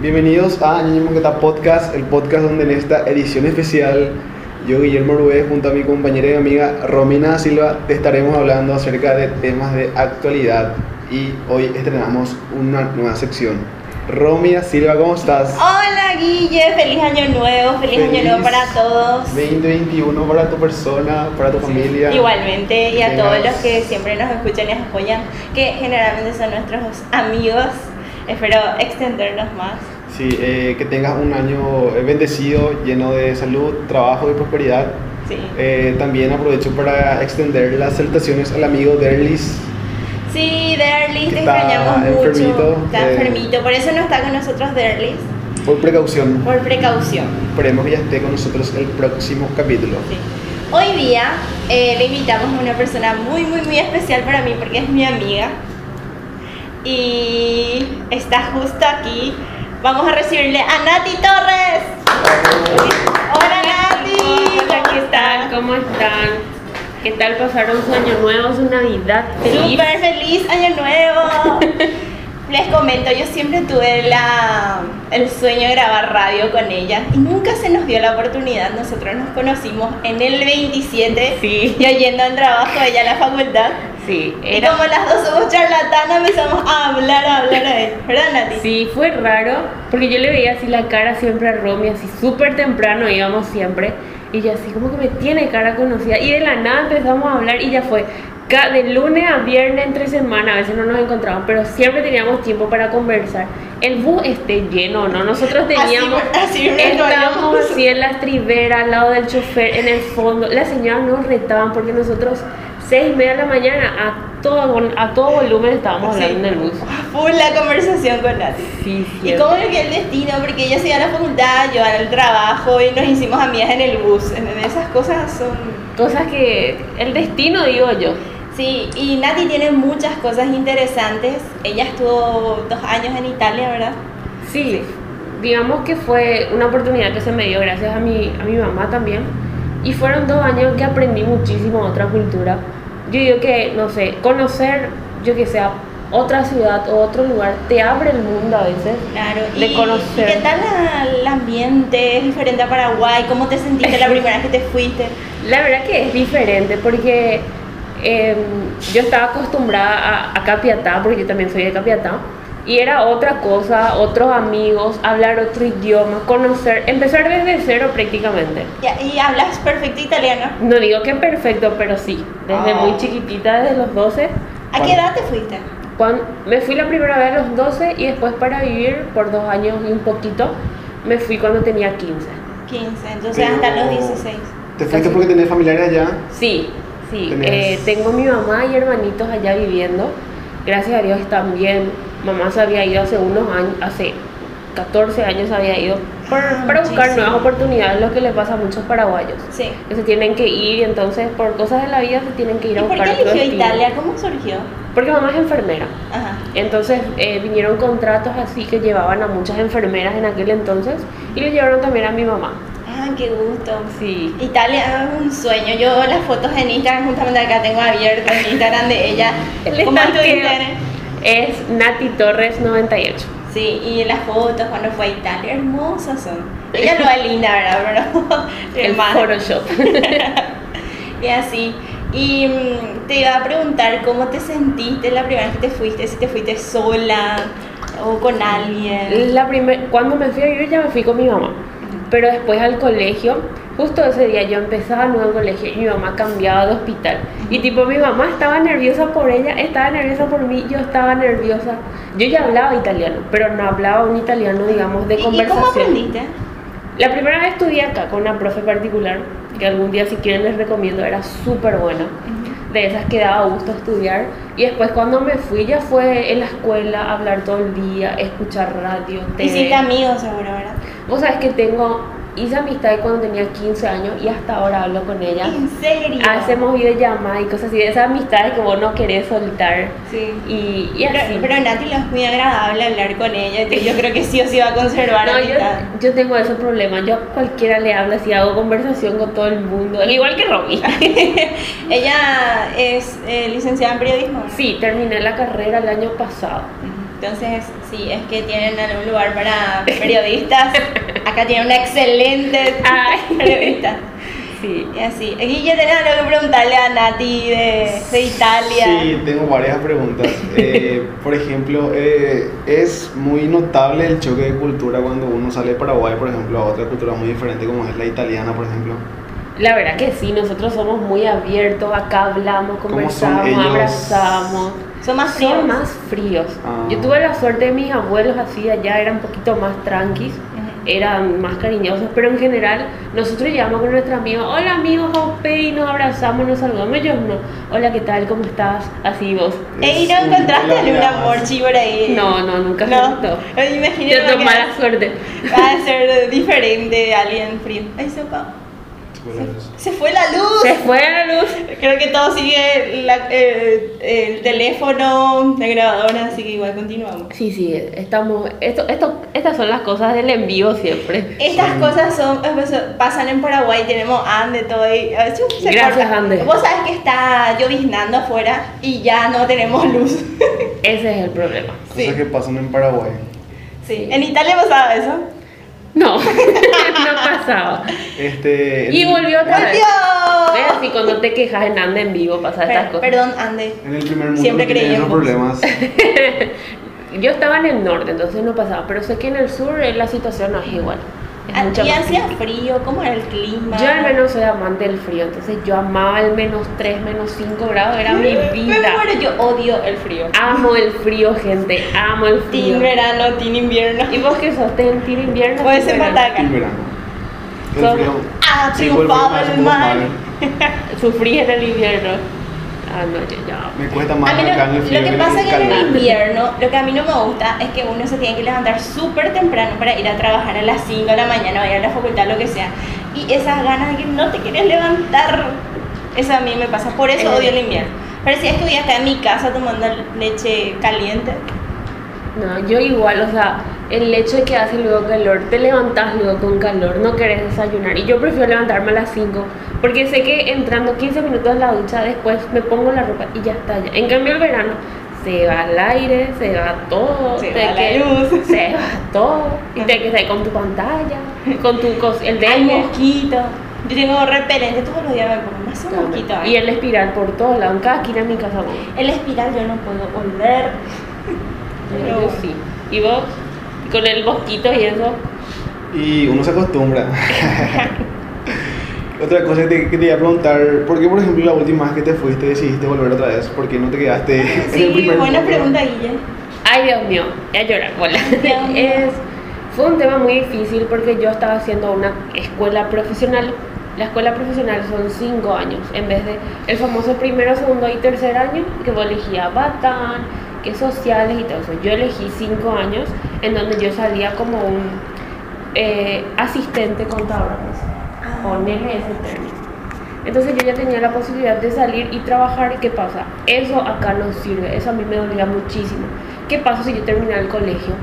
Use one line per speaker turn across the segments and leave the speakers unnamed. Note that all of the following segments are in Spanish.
Bienvenidos a Ñaño Moqueta Podcast, el podcast donde en esta edición especial yo, Guillermo Rubé, junto a mi compañera y amiga Romina Silva, te estaremos hablando acerca de temas de actualidad y hoy estrenamos una nueva sección. Romina Silva, ¿cómo estás?
Hola Guille, feliz año nuevo, feliz, año nuevo para todos.
2021 para tu persona, para tu familia.
Igualmente, y a
Tengas-
todos los que siempre nos escuchan y nos apoyan, que generalmente son nuestros amigos. Espero extendernos más.
Sí, eh, que tengas un año eh, bendecido, lleno de salud, trabajo y prosperidad.
Sí.
Eh, también aprovecho para extender las salutaciones al amigo Derlis.
Sí, Derlis,
que
te
está
extrañamos mucho.
enfermito,
está
eh.
enfermito, por eso no está con nosotros Derlis,
Por precaución,
por precaución.
esperemos que ya esté con nosotros el próximo capítulo.
Sí. Hoy día eh, le invitamos a una persona muy, muy, muy especial para mí porque es mi amiga. Y está justo aquí. Vamos a recibirle a Nati Torres. Hola Nati.
Hola, ¿qué tal? ¿Cómo están? ¿Qué tal pasaron su año nuevo, su Navidad? Feliz?
Súper feliz año nuevo. Les comento, yo siempre tuve la, el sueño de grabar radio con ella y nunca se nos dio la oportunidad. Nosotros nos conocimos en el 27,
Sí.
yo yendo al trabajo, ella a la facultad.
Sí,
Y
era.
como las dos somos charlatanas, empezamos a hablar, a hablar, a él. ¿Verdad, Nati?
Sí, fue raro, porque yo le veía así la cara siempre a Romy, así súper temprano íbamos siempre, y yo así como que me tiene cara conocida, y de la nada empezamos a hablar y ya fue. ca- De lunes a viernes, entre semana, a veces no nos encontrábamos, pero siempre teníamos tiempo para conversar. El bus esté lleno, ¿no? Nosotros teníamos.
así, así
Estábamos
nos
así en las triberas, al lado del chofer, en el fondo. Las señoras nos retaban porque nosotros, seis y media de la mañana, a todo, vol- a todo volumen estábamos
Sí.
hablando en el bus.
Full la conversación con Nati.
Sí,
Y cómo le vi el destino, porque ella se iba a la facultad, yo al trabajo y nos hicimos amigas en el bus. ¿entendés? Esas cosas son.
Cosas que el destino, digo yo.
Sí, y Nati tiene muchas cosas interesantes. Ella estuvo dos años en Italia, ¿verdad?
Sí, digamos que fue una oportunidad que se me dio gracias a mi, a mi mamá también. Y fueron dos años que aprendí muchísimo otra cultura. Yo digo que, no sé, conocer, yo que sea, otra ciudad o otro lugar te abre el mundo a veces.
Claro.
De
¿Y,
conocer.
¿y qué tal la- el ambiente? ¿Es diferente a Paraguay? ¿Cómo te sentiste la primera vez que te fuiste?
La verdad que es diferente porque eh, yo estaba acostumbrada a, a Capiatá, porque yo también soy de Capiatá, y era otra cosa, otros amigos, hablar otro idioma, conocer, empezar desde cero prácticamente.
Y, y hablas perfecto italiano.
No digo que perfecto, pero sí, desde
Ah.
muy chiquitita, desde los 12.
¿A qué edad te fuiste?
Cuando, me fui la primera vez a los 12 y después para vivir por dos años y un poquito, me fui cuando tenía 15.
15, entonces
Pero-
hasta los 16.
¿Te fuiste porque tenés familiares allá?
Sí, sí.
Tenés-
eh, tengo mi mamá y hermanitos allá viviendo. Gracias a Dios están bien. Mamá se había ido hace unos años, hace 14 años se había ido por-
Ah,
para buscar
muchísimo.
nuevas oportunidades, lo que le pasa a muchos paraguayos.
Sí.
Que se tienen que ir y entonces por cosas de la vida se tienen que ir
¿Y
a
por
buscar
qué
otro
eligió
destino.
Italia? ¿Cómo surgió?
Porque mamá es enfermera.
Ajá.
Entonces eh, vinieron contratos así que llevaban a muchas enfermeras en aquel entonces y le llevaron también a mi mamá.
Ah, qué gusto.
Sí.
Italia es un sueño. Yo las fotos en Instagram, justamente acá tengo abierto el Instagram de ella.
El
¿Cómo es tu
estanqueo
Instagram?
es Nati Torres 98.
Sí, y las fotos cuando fue a Italia, hermosas son. Ella lo es linda, ¿verdad? Pero
El
más.
Photoshop.
Y así. Y mm, te iba a preguntar cómo te sentiste la primera vez que te fuiste, si te fuiste sola o con alguien.
La primer, cuando me fui a vivir ya me fui con mi mamá. Pero después al colegio, justo ese día yo empezaba nuevo al colegio y mi mamá cambiaba de hospital. Y tipo mi mamá estaba nerviosa por ella, estaba nerviosa por mí, yo estaba nerviosa. Yo ya hablaba italiano, pero no hablaba un italiano, digamos, de
¿Y- ¿Y
conversación.
cómo aprendiste?
La primera vez estudié acá con una profe particular, que algún día si quieren les recomiendo, era súper buena. De esas que daba gusto estudiar. Y después cuando me fui ya fue en la escuela, hablar todo el día, escuchar radio,
Te Hiciste
TV.
amigos seguro, ¿verdad?
Vos sabés que tengo, hice amistad cuando tenía 15 años y hasta ahora hablo con ella.
¿En serio?
Hacemos videollamadas y cosas así, de esas amistades que vos no querés soltar.
Sí.
Y, y
Pero,
así.
pero Nati lo es muy agradable hablar con ella, entonces yo creo que sí o sí va a conservar
No, yo,
amistad.
yo tengo ese problema. Yo a cualquiera le hablo así, hago conversación con todo el mundo. al Igual que Romy.
Ella es eh, licenciada en periodismo. ¿verdad?
Sí, terminé la carrera el año pasado.
Entonces, sí, es que tienen algún lugar para periodistas. Acá tienen una excelente
Ay.
periodista.
Sí.
Y así. Eh, Guille, tenés algo que preguntarle a Nati Eh, de, de Italia.
Sí, tengo varias preguntas. Eh, por ejemplo, eh, es muy notable el choque de cultura cuando uno sale de Paraguay, por ejemplo, a otra cultura muy diferente como es la italiana, por ejemplo.
La verdad que sí, nosotros somos muy abiertos, acá hablamos,
¿Cómo son
conversamos,
ellos?
abrazamos.
Son más
Son
fríos.
más fríos.
Ah.
Yo tuve la suerte de mis abuelos así allá, eran un poquito más tranquis,
Ujú.
eran más cariñosos, pero en general nosotros llegamos con nuestros amigos, hola amigos, Jope, y nos abrazamos, nos saludamos, ellos no, hola, ¿qué tal? ¿Cómo estás? Así vos.
Ey,
Es
E Eh, ¿no
un-
encontraste
la-
alguna
la-
morchi por ahí?
No, no, nunca se
No,
notó.
Yo imagino
Yo
que
tengo mala suerte.
va a ser diferente alguien frío. Ay, se apagó. Se fue la luz.
Se fue la luz.
Creo que todo sigue la- eh, el teléfono, la grabadora, así que igual continuamos.
Sí, sí, estamos, esto, esto, estas son las cosas del envío siempre.
Estas
Sí.
cosas son, eh, pues, pasan en Paraguay, tenemos Ande todo y eh, chu, se
Gracias,
corta.
Ande.
Vos sabés que está lloviznando afuera y ya no tenemos luz.
Ese es el problema.
Cosas
sí.
que pasan en Paraguay.
sí. En Italia pasaba eso.
No, no pasaba.
Este,
Y
en-
volvió otra vez. Ve
¡Volvió!
así cuando te quejas en anda en vivo pasa estas
Per-
cosas.
perdón, Ande.
En el primer mundo
Siempre
no tienen esos problemas.
creíamos.
Yo estaba en el norte, entonces no pasaba, pero sé que en el sur eh, la situación no es igual. Es
Ah,
mucho
¿Y
más
hacía
crítica.
frío? ¿Cómo era el clima?
Yo al menos soy amante del frío, entonces yo amaba el menos 3, menos 5 grados, era mi
Me
vida.
muero, yo odio el frío.
Amo el frío, gente, amo el frío.
Tin verano, tin invierno.
Y vos que sos team team invierno.
Puedes
team verano.
empatar.
Y verano.
Son-
El frío.
Ah,
Sí, fue el frío,
triunfaba
hace
el
un poco
mar.
mal.
Sufrí en el invierno. Ah, no, yo ya.
Me cuesta más
A mí
acá en
lo,
el frío.
lo que
en
pasa es que en el
calor.
invierno, lo que a mí no me gusta es que uno se tiene que levantar súper temprano para ir a trabajar a las 5 de la mañana o ir a la facultad, lo que sea. Y esas ganas de que no te quieres levantar, eso a mí me pasa. Por eso
Eh.
odio el invierno. Pero si estuviera acá en mi casa tomando leche caliente,
No, yo igual, o sea, el hecho de que hace luego calor, te levantas luego con calor, no querés desayunar. Y yo prefiero levantarme a las 5, porque sé que entrando 15 minutos a la ducha, después me pongo la ropa y ya está. Ya. En cambio, el verano se va al aire, se va todo,
Se
te
va la
quedas-
luz.
se va todo. Y te quedas ahí con tu pantalla, con tu cos- el de
hay mosquito. Yo tengo repelente, todos los días me pongo más un mosquito.
Y
¿eh?
el espiral por todos lados, en cada esquina de mi casa. voy.
El espiral yo no puedo volver. Pero
Yo sí. ¿Y vos? Con el mosquito y eso.
Y uno se acostumbra. Otra cosa que te quería preguntar, ¿por qué por ejemplo la última vez que te fuiste decidiste volver otra vez? ¿Por qué no te quedaste en el
Sí,
primer
buena
mundo?
pregunta, Guille.
Ay, Dios mío, voy a llorar, bola.
Dios mío.
Es, fue un tema muy difícil porque yo estaba haciendo una escuela profesional. La escuela profesional son cinco años, en vez de el famoso primero, segundo y tercer año, que vos elegías batán, que sociales y todo eso. Yo elegí cinco años en donde yo salía como un eh, asistente contador. pues,
Ah.
Ponele ese término. Entonces yo ya tenía la posibilidad de salir y trabajar. ¿Qué pasa? Eso acá no sirve. Eso a mí me dolía muchísimo. ¿Qué pasa si yo terminaba el colegio?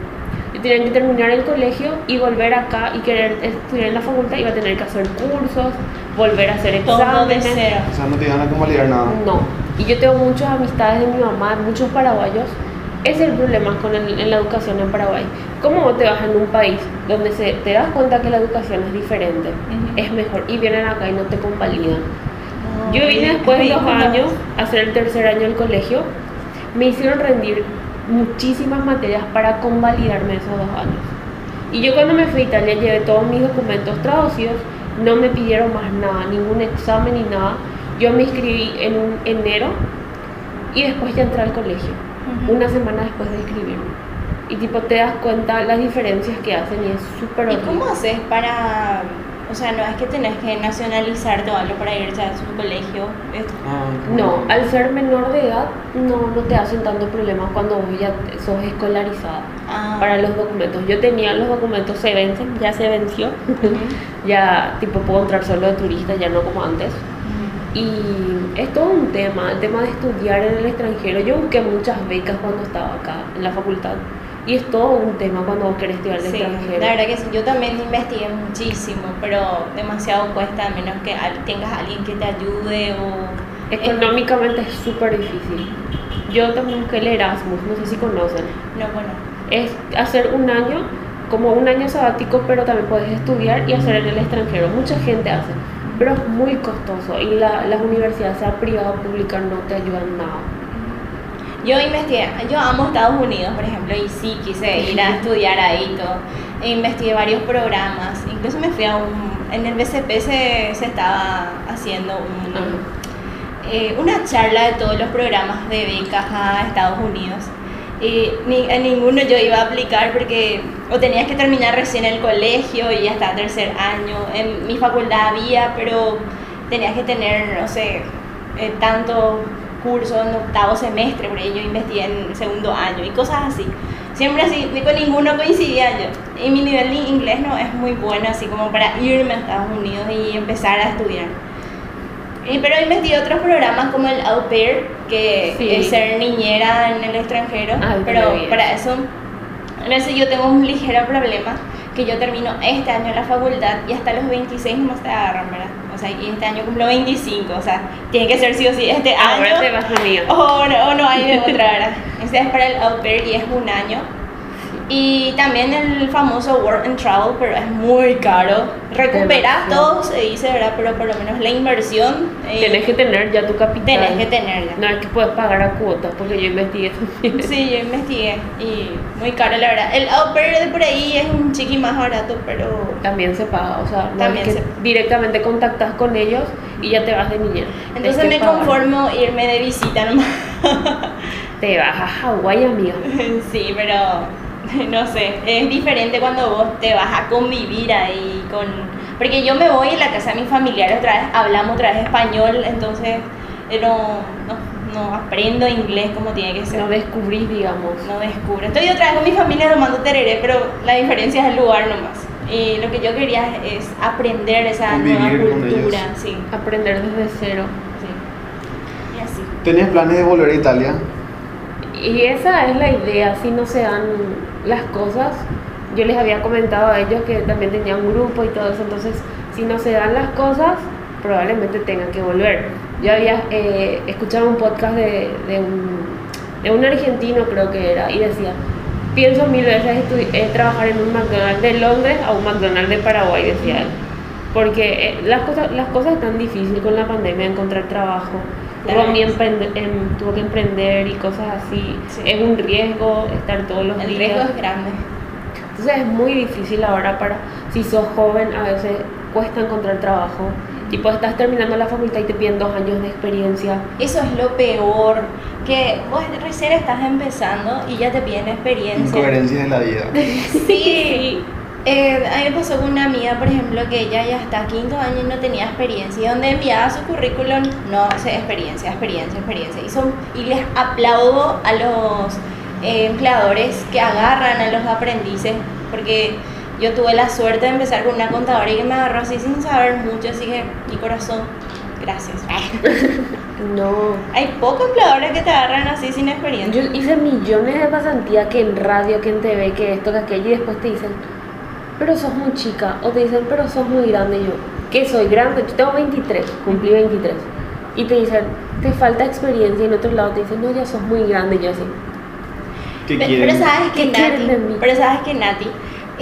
Yo tenía que terminar el colegio y volver acá y querer estudiar en la facultad. Iba a tener que hacer cursos, volver a hacer
Todo de
exámenes.
cero.
O sea, no te iban a convalidar nada.
No. Y yo tengo muchas amistades de mi mamá, muchos paraguayos. Ese es el problema con el- en la educación en Paraguay. ¿Cómo vos te vas en un país donde se, te das cuenta que la educación es diferente,
Ujú.
es mejor, y vienen acá y no te convalidan? Yo vine después de dos
los
años a hacer el tercer año del colegio. Me hicieron rendir muchísimas materias para convalidarme esos dos años. Y yo cuando me fui a Italia llevé todos mis documentos traducidos, no me pidieron más nada, ningún examen ni nada. Yo me inscribí en un- enero y después ya entré al colegio,
Ujú.
una semana después de inscribirme. Y tipo te das cuenta las diferencias que hacen y es súper
¿Y
horrible.
cómo haces para.? O sea, no es que tenés que nacionalizarte o algo para irte a su colegio. esto.
Ah,
Mm,
No, al ser menor de edad no, no te hacen tanto problema cuando vos ya te- sos escolarizada
Ah.
para los documentos. Yo tenía los documentos, se vencen, ya se venció,
Ujú.
ya tipo puedo entrar solo de turista, ya no como antes. Y es todo un tema, el tema de estudiar en el extranjero. Yo busqué muchas becas cuando estaba acá en la facultad y es todo un tema cuando vos querés estudiar en el
Sí,
extranjero.
la verdad que sí. Yo también investigué muchísimo, pero demasiado cuesta, a menos que al- tengas a alguien que te ayude o
Económicamente es súper difícil. Yo también busqué el Erasmus, no sé si conocen.
No, bueno.
Es hacer un año, como un año sabático, pero también puedes estudiar y hacer en el extranjero. Mucha gente hace, pero es muy costoso y la- las universidades, sea privada o pública, no te ayudan nada.
Yo investigué, yo amo Estados Unidos, por ejemplo, y sí quise ir a estudiar ahí y todo. E investigué varios programas, incluso me fui a un. En el BCP se, se estaba haciendo un- eh, una charla de todos los programas de becas a Estados Unidos. Y ni- a ninguno yo iba a aplicar porque o tenías que terminar recién el colegio y hasta tercer año. En mi facultad había, pero tenías que tener, no sé, eh, tanto curso en octavo semestre, por ello investigué en segundo año y cosas así. Siempre así, ni con ninguno coincidía yo. Y mi nivel de inglés no es muy bueno, así como para irme a Estados Unidos y empezar a estudiar. Y, pero investigué otros programas como el Au Pair, que
Sí.
es ser niñera en el extranjero,
Ah, yo
pero
también.
para eso, en eso yo tengo un ligero problema, que yo termino este año la facultad y hasta los 26 no te agarran, ¿verdad? O sea, y este año cumplo 25, o sea, tiene que ser sí o sí este año.
Ahora te vas conmigo.
O no, o no hay de otra, ¿verdad? Ese es para el au pair y es un año. Y también el famoso Work and Travel, pero es muy caro. Recuperas
Demasiado.
todo, se dice, ¿verdad? Pero por lo menos la inversión eh,
Tenés que tener ya tu capital.
tenés que tenerla.
No es que puedes pagar a cuotas, porque yo investigué también.
Sí, yo investigué y muy caro, la verdad. El au pair de por ahí es un chiqui más barato, pero
También se paga, o sea, no
También
es que
se-
directamente contactas con ellos y ya te vas de niñera. Tenés
entonces
que
me
pagar.
conformo irme de visita nomás.
Te vas a Hawái, amiga.
Sí, pero no sé, es diferente cuando vos te vas a convivir ahí con... Porque yo me voy a la casa de mis familiares otra vez, hablamos otra vez español, entonces eh, no, no, no aprendo inglés como tiene que ser.
No
No,
descubrís, digamos.
descubro. Estoy otra vez con mi familia tomando tereré, pero la diferencia es el lugar nomás. Y lo que yo quería es aprender esa
Convivir
nueva
con
cultura.
ellos.
Sí,
Aprender desde cero.
sí. Y así.
¿Tenés planes de volver a Italia?
Y esa es la idea, si no se dan las cosas. Yo les había comentado a ellos que también tenía un grupo y todo eso, entonces si no se dan las cosas, probablemente tengan que volver. Yo había eh, escuchado un podcast de, de un, de un argentino, creo que era, y decía, pienso mil veces estu- eh, trabajar en un McDonald's de Londres a un McDonald's de Paraguay, decía él. Porque eh, las, cosas, las cosas están difíciles con la pandemia, encontrar trabajo.
Claro.
Romy emprende- em, tuvo que emprender y cosas así.
Sí.
Es un riesgo estar todos los
El riesgo
días.
es grande.
Entonces es muy difícil ahora para, si sos joven, a veces cuesta encontrar trabajo. Tipo, estás terminando la facultad y te piden dos años de experiencia.
Eso es lo peor, que vos recién estás empezando y ya te piden experiencia.
Incoherencias de la vida.
Sí. Eh, a mí me pasó con una amiga, por ejemplo, que ella ya está quinto año y no tenía experiencia. Y donde enviaba su currículum, no, o sea, experiencia, experiencia, experiencia. Y, son, y les aplaudo a los eh, empleadores que agarran a los aprendices, porque yo tuve la suerte de empezar con una contadora y que me agarró así sin saber mucho, así que mi corazón, gracias.
No.
Hay pocos empleadores que te agarran así sin experiencia.
Yo hice millones de pasantías que en radio, que en TV, que esto, que aquello, y después te dicen, pero sos muy chica, o te dicen, pero sos muy grande. Y yo, ¿qué soy grande? Yo tengo 23, cumplí 23. Y te dicen, te falta experiencia, y en otro lado te dicen, no, ya sos muy grande. Y yo así,
¿Qué
Pe-
quieren?
Pero sabes que
¿Qué quieren de
Nati,
mí?
pero sabes que Nati,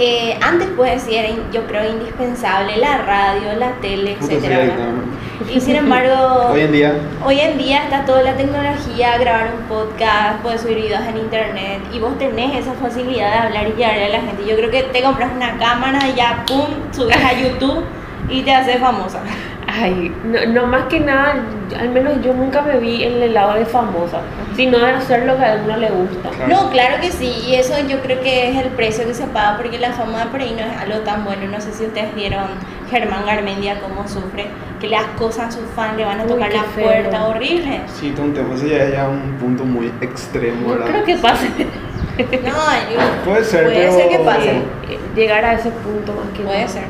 eh, antes pues sí era, in- yo creo, indispensable la radio, la tele,
Justo
etcétera.
soy
¿verdad?
adicto,
Y sin embargo,
¿no? Hoy en día,
hoy en día está toda la tecnología, grabar un podcast, puedes subir videos en internet y vos tenés esa facilidad de hablar y llegarle a la gente. Yo creo que te compras una cámara y ya, pum, subes a YouTube y te haces famosa.
Ay, no, no más que nada, al menos yo nunca me vi en el lado de famosa, sino de hacer lo que a uno le gusta.
Claro.
No, claro que sí, y eso yo creo que es el precio que se paga porque la fama de por ahí no es algo tan bueno. No sé si ustedes vieron Germán Garmendia cómo sufre, que las cosas a su fan le van a
Uy,
tocar
qué
la
feo.
puerta horrible.
sí, todo un tema. Ese ya es ya un punto muy extremo,
No
¿verdad?
creo que pase
No, yo-
Puede ser,
puede
pero-
ser que pase,
Eh, llegar a ese punto más que
puede
nada.
ser.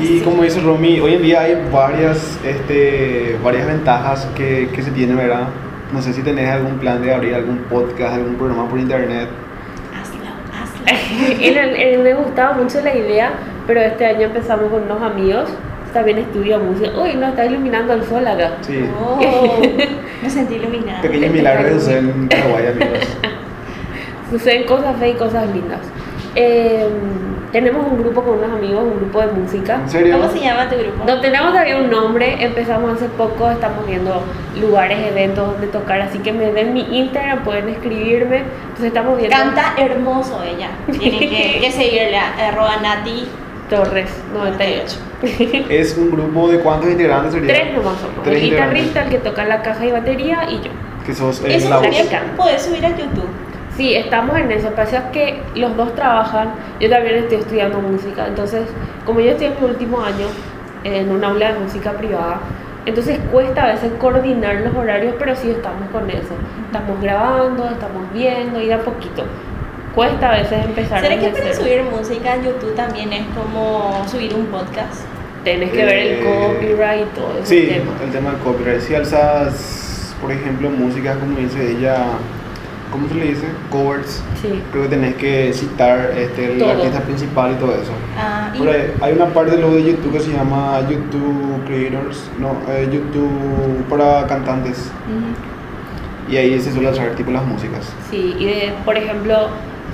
Y como dice Romy, hoy en día hay varias, este, varias ventajas que, que se tienen, ¿verdad? No sé si tenés algún plan de abrir algún podcast, algún programa por internet.
Hazlo, hazlo.
eh, En el- en- me gustaba mucho la idea, pero este año empezamos con unos amigos también estudia música. Uy, no, está iluminando el sol acá.
Sí.
Oh, me sentí iluminada.
Pequeños milagros que suceden en Paraguay, amigos.
Suceden cosas feas y cosas lindas. Eh, tenemos un grupo con unos amigos, un grupo de música.
¿En serio?
¿Cómo se llama tu grupo?
No tenemos todavía un nombre, empezamos hace poco, estamos viendo lugares, eventos donde tocar, así que me den mi Instagram, pueden escribirme. Entonces estamos viendo
Canta hermoso ella. Tienen que, que seguirle a arroba Nati.
Torres 98.
¿Es un grupo de cuántos integrantes sería?
Tres nomás somos.
Tres
el guitarrista,
integrantes.
el que toca la caja y batería y yo.
Que sos eh,
Eso
la voz.
también
voz.
podés subir a YouTube.
Sí, estamos en eso. Pasa que los dos trabajan. Yo también estoy estudiando música. Entonces, como yo estoy en mi último año en un aula de música privada, entonces cuesta a veces coordinar los horarios, pero sí estamos con eso. Estamos grabando, estamos viendo y de a poquito. Cuesta a veces empezar.
¿Será que
desde
para
cero.
subir música a YouTube también es como subir un podcast?
Tenés que ver el
Eh,
copyright y todo ese
Sí,
tema.
el tema del copyright. Si alzas, por ejemplo, música, como dice ella, ¿cómo se le dice? Covers.
Sí.
Creo que tenés que citar este, el
Todo.
artista principal y todo eso.
Ah, y-
Por ahí, hay una parte de lo de YouTube que se llama YouTube Creators, no, eh, YouTube para cantantes.
Ujú.
Y ahí se suelen saber tipo las músicas.
Sí, y de, por ejemplo,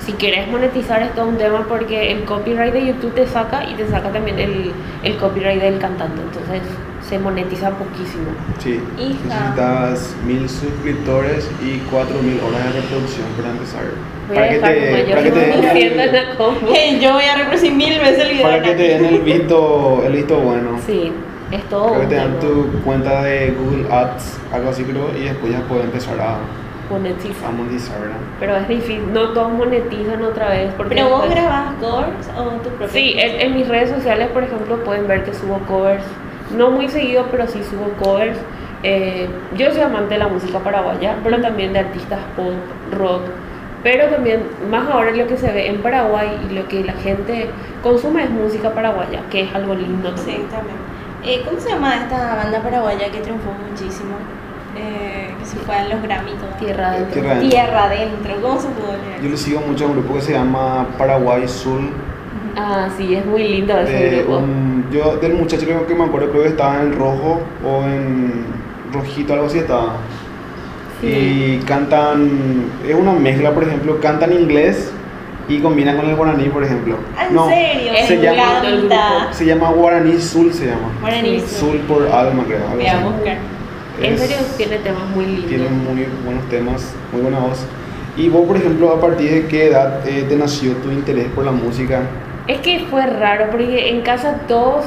si querés monetizar es todo un tema porque el copyright de YouTube te saca y te saca también el, el copyright del cantante, entonces se monetiza poquísimo.
Sí,
Hija.
necesitas mil suscriptores y cuatro mil horas de reproducción para empezar.
Voy
Para
a
que
dejar
te, para
como yo
que te
produciendo en
den
la compu.
Hey, yo voy a reproducir mil veces el
el,
video.
para que te
acá.
den el visto, el visto bueno.
Sí, Oh, es todo
Creo que
un
te dan
tema.
tu cuenta de Google Ads, algo así creo, y después ya puedes empezar a,
monetiza.
a monetizar, ¿verdad?
Pero es difícil, no todos monetizan otra vez. Porque pues
¿Pero vos
después-
grabás covers o tu propio?
Sí, en, en mis redes sociales, por ejemplo, pueden ver que subo covers. No muy seguido, pero sí subo covers. Eh, yo soy amante de la música paraguaya, pero también de artistas pop, rock. Pero también, más ahora lo que se ve en Paraguay y lo que la gente consume es música paraguaya, que es algo lindo también.
Sí, también. Eh, ¿Cómo se llama esta banda paraguaya que triunfó muchísimo? Eh, que se fue a los Grammy y todo.
Tierra adentro.
Tierra adentro.
Tierra Adentro. ¿Cómo se pudo leer?
Yo le sigo mucho a un grupo que se llama Paraguay Soul.
Ah, sí, es muy lindo ese
de
grupo.
Eh, un- yo del muchacho creo que me acuerdo creo que estaba en rojo o en rojito algo así estaba
Sí.
y cantan es una mezcla por ejemplo cantan inglés y combinan con el guaraní por ejemplo
Ah, ¿En
no
serio?
se
Me
llama-
encanta.
el grupo.
se llama guaraní sul se llama
Guaraní Soul.
sul por alma creo algo
Voy a
así.
buscar.
En
Es-
serio, tiene temas muy lindos.
tienen muy buenos temas muy buena voz y vos por ejemplo a partir de qué edad eh, te nació tu interés por la música
Es que fue raro, porque en casa todos,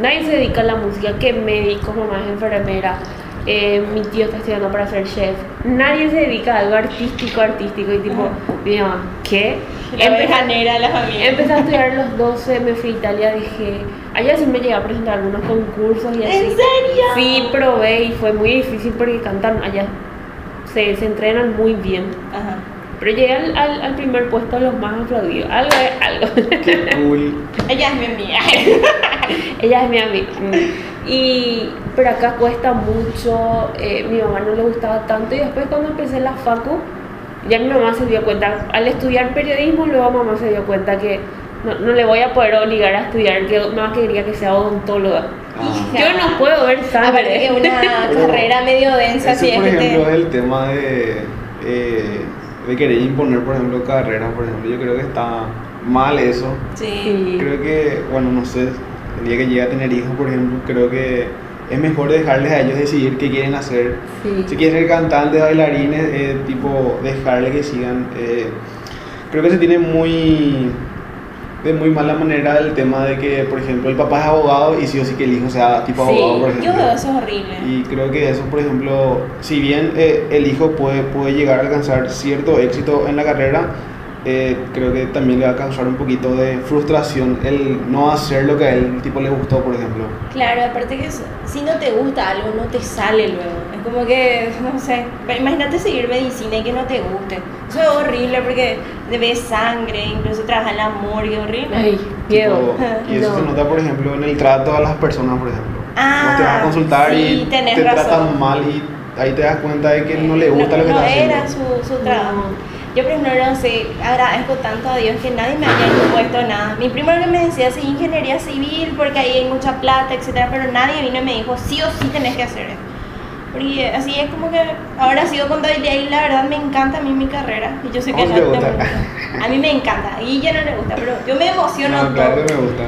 nadie se dedica a la música, que médicos, mamá es enfermera, eh, mi tío está estudiando para ser chef, nadie se dedica a algo artístico, artístico, y tipo, mi mamá, ¿qué?
La
Empecé-
bejanera de la familia.
Empecé a estudiar a los 12, me fui a Italia, dije, allá sí me llegué a presentar algunos concursos y así.
¿En serio?
Sí, probé y fue muy difícil porque cantan allá, se, se entrenan muy bien.
Ajá.
Pero llegué al, al, al primer puesto de los más aplaudidos, algo es algo.
qué cool
Ella es mi amiga.
Ella es mi amiga. Y, pero acá cuesta mucho, eh, mi mamá no le gustaba tanto y después cuando empecé la facu, ya mi mamá se dio cuenta, al estudiar periodismo, luego mamá se dio cuenta que no, no le voy a poder obligar a estudiar, que mamá quería que sea odontóloga.
Ah.
Ya.
Yo no puedo ver
Aparte que
sangre.
una carrera medio densa,
Eso,
así es
por
que te-
ejemplo, es el tema de, eh, de querer imponer, por ejemplo, carreras, por ejemplo. Yo creo que está mal eso.
Sí.
Sí.
Creo que, bueno, no sé, el día que llegue a tener hijos, por ejemplo, creo que es mejor dejarles a ellos decidir qué quieren hacer. Si
Sí.
quieren ser cantantes, bailarines, eh, tipo, dejarle que sigan. eh. Creo que se tiene muy de muy mala manera el tema de que, por ejemplo, el papá es abogado y sí o sí que el hijo sea tipo
Sí,
abogado, por ejemplo.
Yo veo eso horrible.
Y creo que eso, por ejemplo, si bien eh, el hijo puede, puede llegar a alcanzar cierto éxito en la carrera, eh, creo que también le va a causar un poquito de frustración el no hacer lo que a él tipo le gustó, por ejemplo.
Claro, aparte que es- si no te gusta algo, no te sale luego. Es como que, no sé, pero imagínate seguir medicina y que no te guste. Eso es horrible porque te ves sangre, incluso trabajar en la morgue, horrible.
Ay, miedo.
Tipo, y eso se
No.
nota, por ejemplo, en el trato a las personas, por ejemplo.
Ah,
Vos te vas a consultar
sí,
y
tenés
te
razón. Eh,
tratan mal y ahí te das cuenta de que no le gusta
no,
lo que
no
está
era
haciendo.
su, su trabajo. Yo, por ejemplo, no sé, agradezco tanto a Dios que nadie me haya impuesto nada. Mi primo lo que me decía, sí, ingeniería civil, porque ahí hay mucha plata, etcétera, pero nadie vino y me dijo, sí o sí tenés que hacer eso. Porque así es como que ahora sigo con contabilidad y la verdad me encanta a mí mi carrera. Y yo sé que
¿A vos
no
te
no me
gusta?
A mí me encanta, a Guille no le gusta, pero yo me emociono
No,
todo.
Ah, claro que me gusta.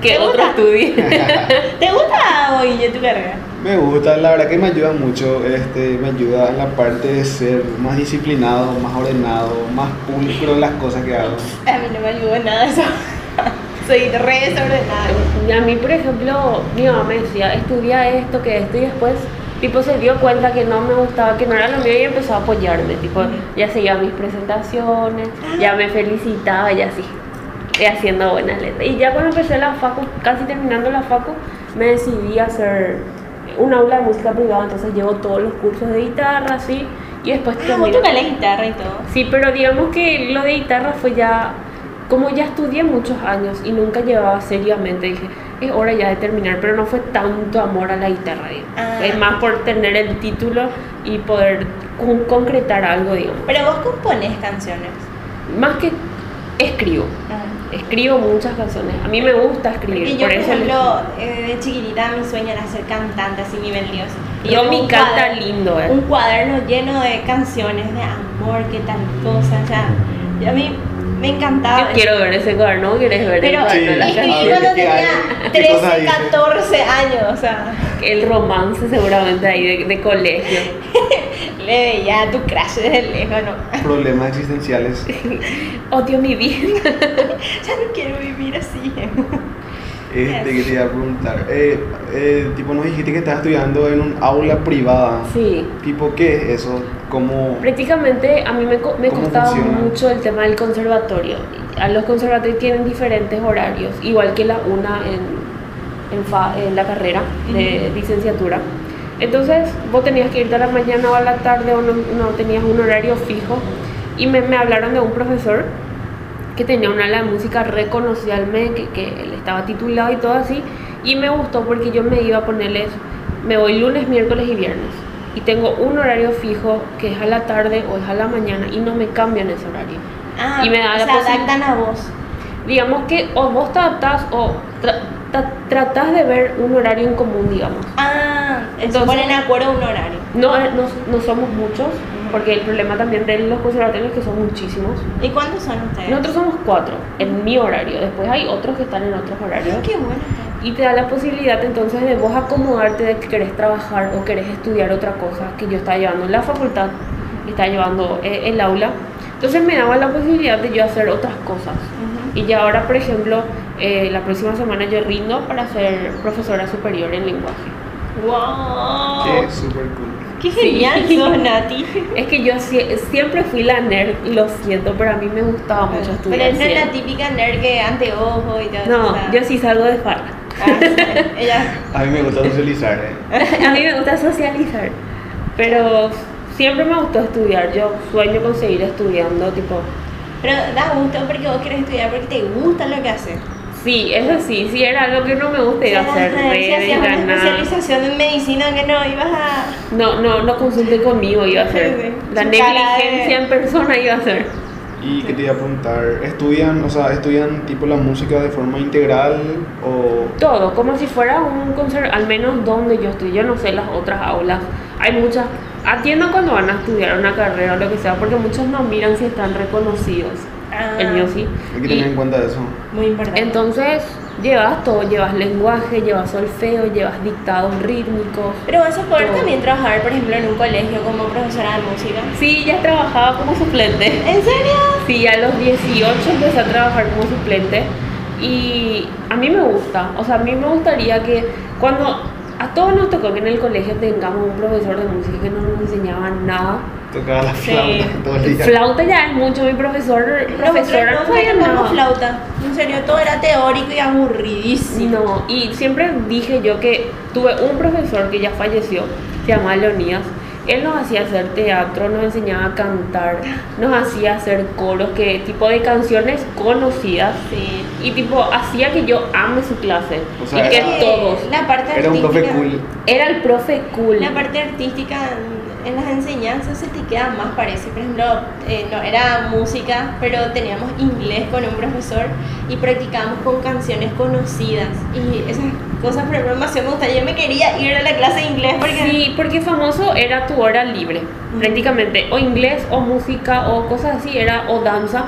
Que
¿Te
otro
gusta?
estudie.
¿Te gusta, Guille, tu carrera?
Me gusta, la verdad que me ayuda mucho, este, me ayuda en la parte de ser más disciplinado, más ordenado, más pulcro en las cosas que hago.
A mí no me ayudó en nada eso. Soy re desordenada.
Y a mí, por ejemplo, mi mamá me decía, estudia esto, que esto, y después, tipo, se dio cuenta que no me gustaba, que no era lo mío, y empezó a apoyarme, tipo, ya seguía mis presentaciones,
Ah.
ya me felicitaba, y así, y haciendo buenas letras. Y ya cuando empecé la facu, casi terminando la facu, me decidí a hacer un aula de música privada, entonces llevo todos los cursos de guitarra, así, y después
Ah, vos
termino-
tocas la guitarra y todo.
Sí, pero digamos que lo de guitarra fue ya, como ya estudié muchos años y nunca llevaba seriamente, dije, es hora ya de terminar, pero no fue tanto amor a la guitarra, digamos.
Ah.
es más por tener el título y poder con- concretar algo, digamos.
Pero vos compones canciones.
Más que escribo, escribo muchas canciones, a mí me gusta escribir,
Y yo, por
eso le-
ejemplo, eh, de chiquitita mi sueño era ser cantante, así nivel Dios. Y
yo
tengo
mi
un
canta
cuaderno-
lindo, eh.
Un cuaderno lleno de canciones de amor, qué tal cosa, o sea, yo a mí me encantaba.
Yo quiero ver ese cuaderno, ¿vos ¿querés ver
Pero
Sí.
el cuaderno? de las
escribí
a ver
canciones?
cuando
qué hay,
tenía
qué cosas
13,
dice.
14 años, o sea,
El romance seguramente ahí de- de colegio.
le veía a tu crush desde lejos, no.
Problemas existenciales.
Odio mi vida.
Ya no quiero vivir así.
Este, que te iba a preguntar. Eh, eh, tipo, nos dijiste que estás estudiando en un aula privada.
Sí.
Tipo, ¿qué es eso? ¿Cómo?
Prácticamente a mí me, co- me
¿Cómo
costaba
funciona?
mucho el tema del conservatorio. A los conservatorios tienen diferentes horarios, igual que la una en, en, fa- en la carrera de licenciatura. Entonces vos tenías que irte a la mañana o a la tarde o no, no tenías un horario fijo. Y me, me hablaron de un profesor que tenía una ala de música reconocida al MEC, que, que él estaba titulado y todo así. Y me gustó porque yo me iba a ponerles, me voy lunes, miércoles y viernes. Y tengo un horario fijo que es a la tarde o es a la mañana y no me cambian ese horario.
Ah,
Y me da
o
la
sea,
posi-
adaptan a vos.
Digamos que o vos te adaptás o tra- tra- tratás de ver un horario en común, digamos.
Ah, se
Entonces-
ponen de acuerdo un horario.
No, eh, no, no somos muchos, porque el problema también de los conservatorios es que son muchísimos.
¿Y cuántos son ustedes?
Nosotros somos cuatro en mi horario, después hay otros que están en otros horarios.
Ay, qué bueno. pues.
y te da la posibilidad entonces de vos acomodarte de que querés trabajar o querés estudiar otra cosa que yo estaba llevando en la facultad, estaba llevando eh, el aula. Entonces me daba la posibilidad de yo hacer otras cosas.
Ujú.
Y ya ahora, por ejemplo, eh, la próxima semana yo rindo para ser profesora superior en lenguaje.
Wow.
Qué
Oh.
súper cool.
Qué genial
Sí.
sos, Nati.
Es que yo sie- siempre fui la nerd, lo siento, pero a mí me gustaba mucho estudiar.
Pero no es la
siempre.
típica nerd que anteojo y todo
no,
o sea.
yo sí salgo de farra.
Ah, sí. Ella.
A mí me gusta socializar, eh.
A mí me gusta socializar, pero siempre me gustó estudiar. Yo sueño con seguir estudiando, tipo,
Pero da gusto porque vos querés estudiar porque te gusta lo que haces.
sí, eso sí, sí era algo que no me gusta iba a hacer
Ajá, si
redes,
hacías una
ganar.
especialización en medicina que no ibas a.
No, no, no consulté conmigo, iba a hacer.
Sí,
La
su cara de-
negligencia en persona iba a hacer.
Y que te iba a preguntar, ¿estudian, o sea, estudian tipo la música de forma integral o
Todo, como si fuera un concierto, al menos donde yo estoy, yo no sé las otras aulas. Hay muchas, atiendo cuando van a estudiar una carrera o lo que sea, porque muchos no miran si están reconocidos.
Ah,
El mío sí.
hay que
Y-
tener en cuenta eso?
Muy importante.
Entonces, llevas todo, llevas lenguaje, llevas solfeo, llevas dictados rítmicos.
Pero vas a poder
Todo.
también trabajar, por ejemplo, en un colegio como profesora de música.
Sí, ya trabajaba como suplente.
¿En serio?
Sí, a los 18 empecé a trabajar como suplente y a mí me gusta, o sea, a mí me gustaría que cuando a todos nos tocó que en el colegio tengamos un profesor de música que no nos enseñaba nada. Eh,
Tocaba la
Sí.
flauta todo el día.
Flauta ya es mucho, mi profesor, profesora
Nosotros
no
no
sabía
tocamos
nada.
flauta. En serio, todo era teórico y aburridísimo.
No, y siempre dije yo que tuve un profesor que ya falleció, se llamaba Leonidas. Él nos hacía hacer teatro, nos enseñaba a cantar, nos hacía hacer coros, que tipo de canciones conocidas.
Sí.
Y tipo, hacía que yo ame su clase.
O sea, eh,
y que
era-
todos.
Eh, La parte
Era un profe
artística-
cool.
Era el profe cool.
La parte artística en las enseñanzas se te queda más, parece. Por ejemplo, eh, no era música, pero teníamos inglés con un profesor y practicábamos con canciones conocidas. Y esas cosas, por ejemplo, me hacían gustar. Yo me quería ir a la clase de inglés porque.
Sí, porque famoso era tu hora libre, prácticamente, o inglés, o música, o cosas así, era, o danza.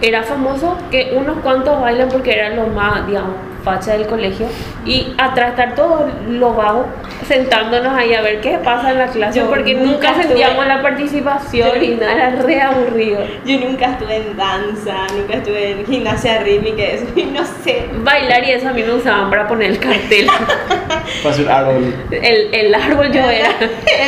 Era famoso que unos cuantos bailan porque eran los más, digamos, facha del colegio, y a tratar todo lo vago, sentándonos ahí a ver qué pasa en la clase,
Yo
porque
nunca
nunca,
estuve-
sentíamos la participación y nada, era re aburrido.
Yo nunca estuve en danza, nunca estuve en gimnasia rítmica, eso, y no sé.
Bailar y eso a mí me usaban para poner el cartel.
Para hacer árbol.
El, el árbol yo era.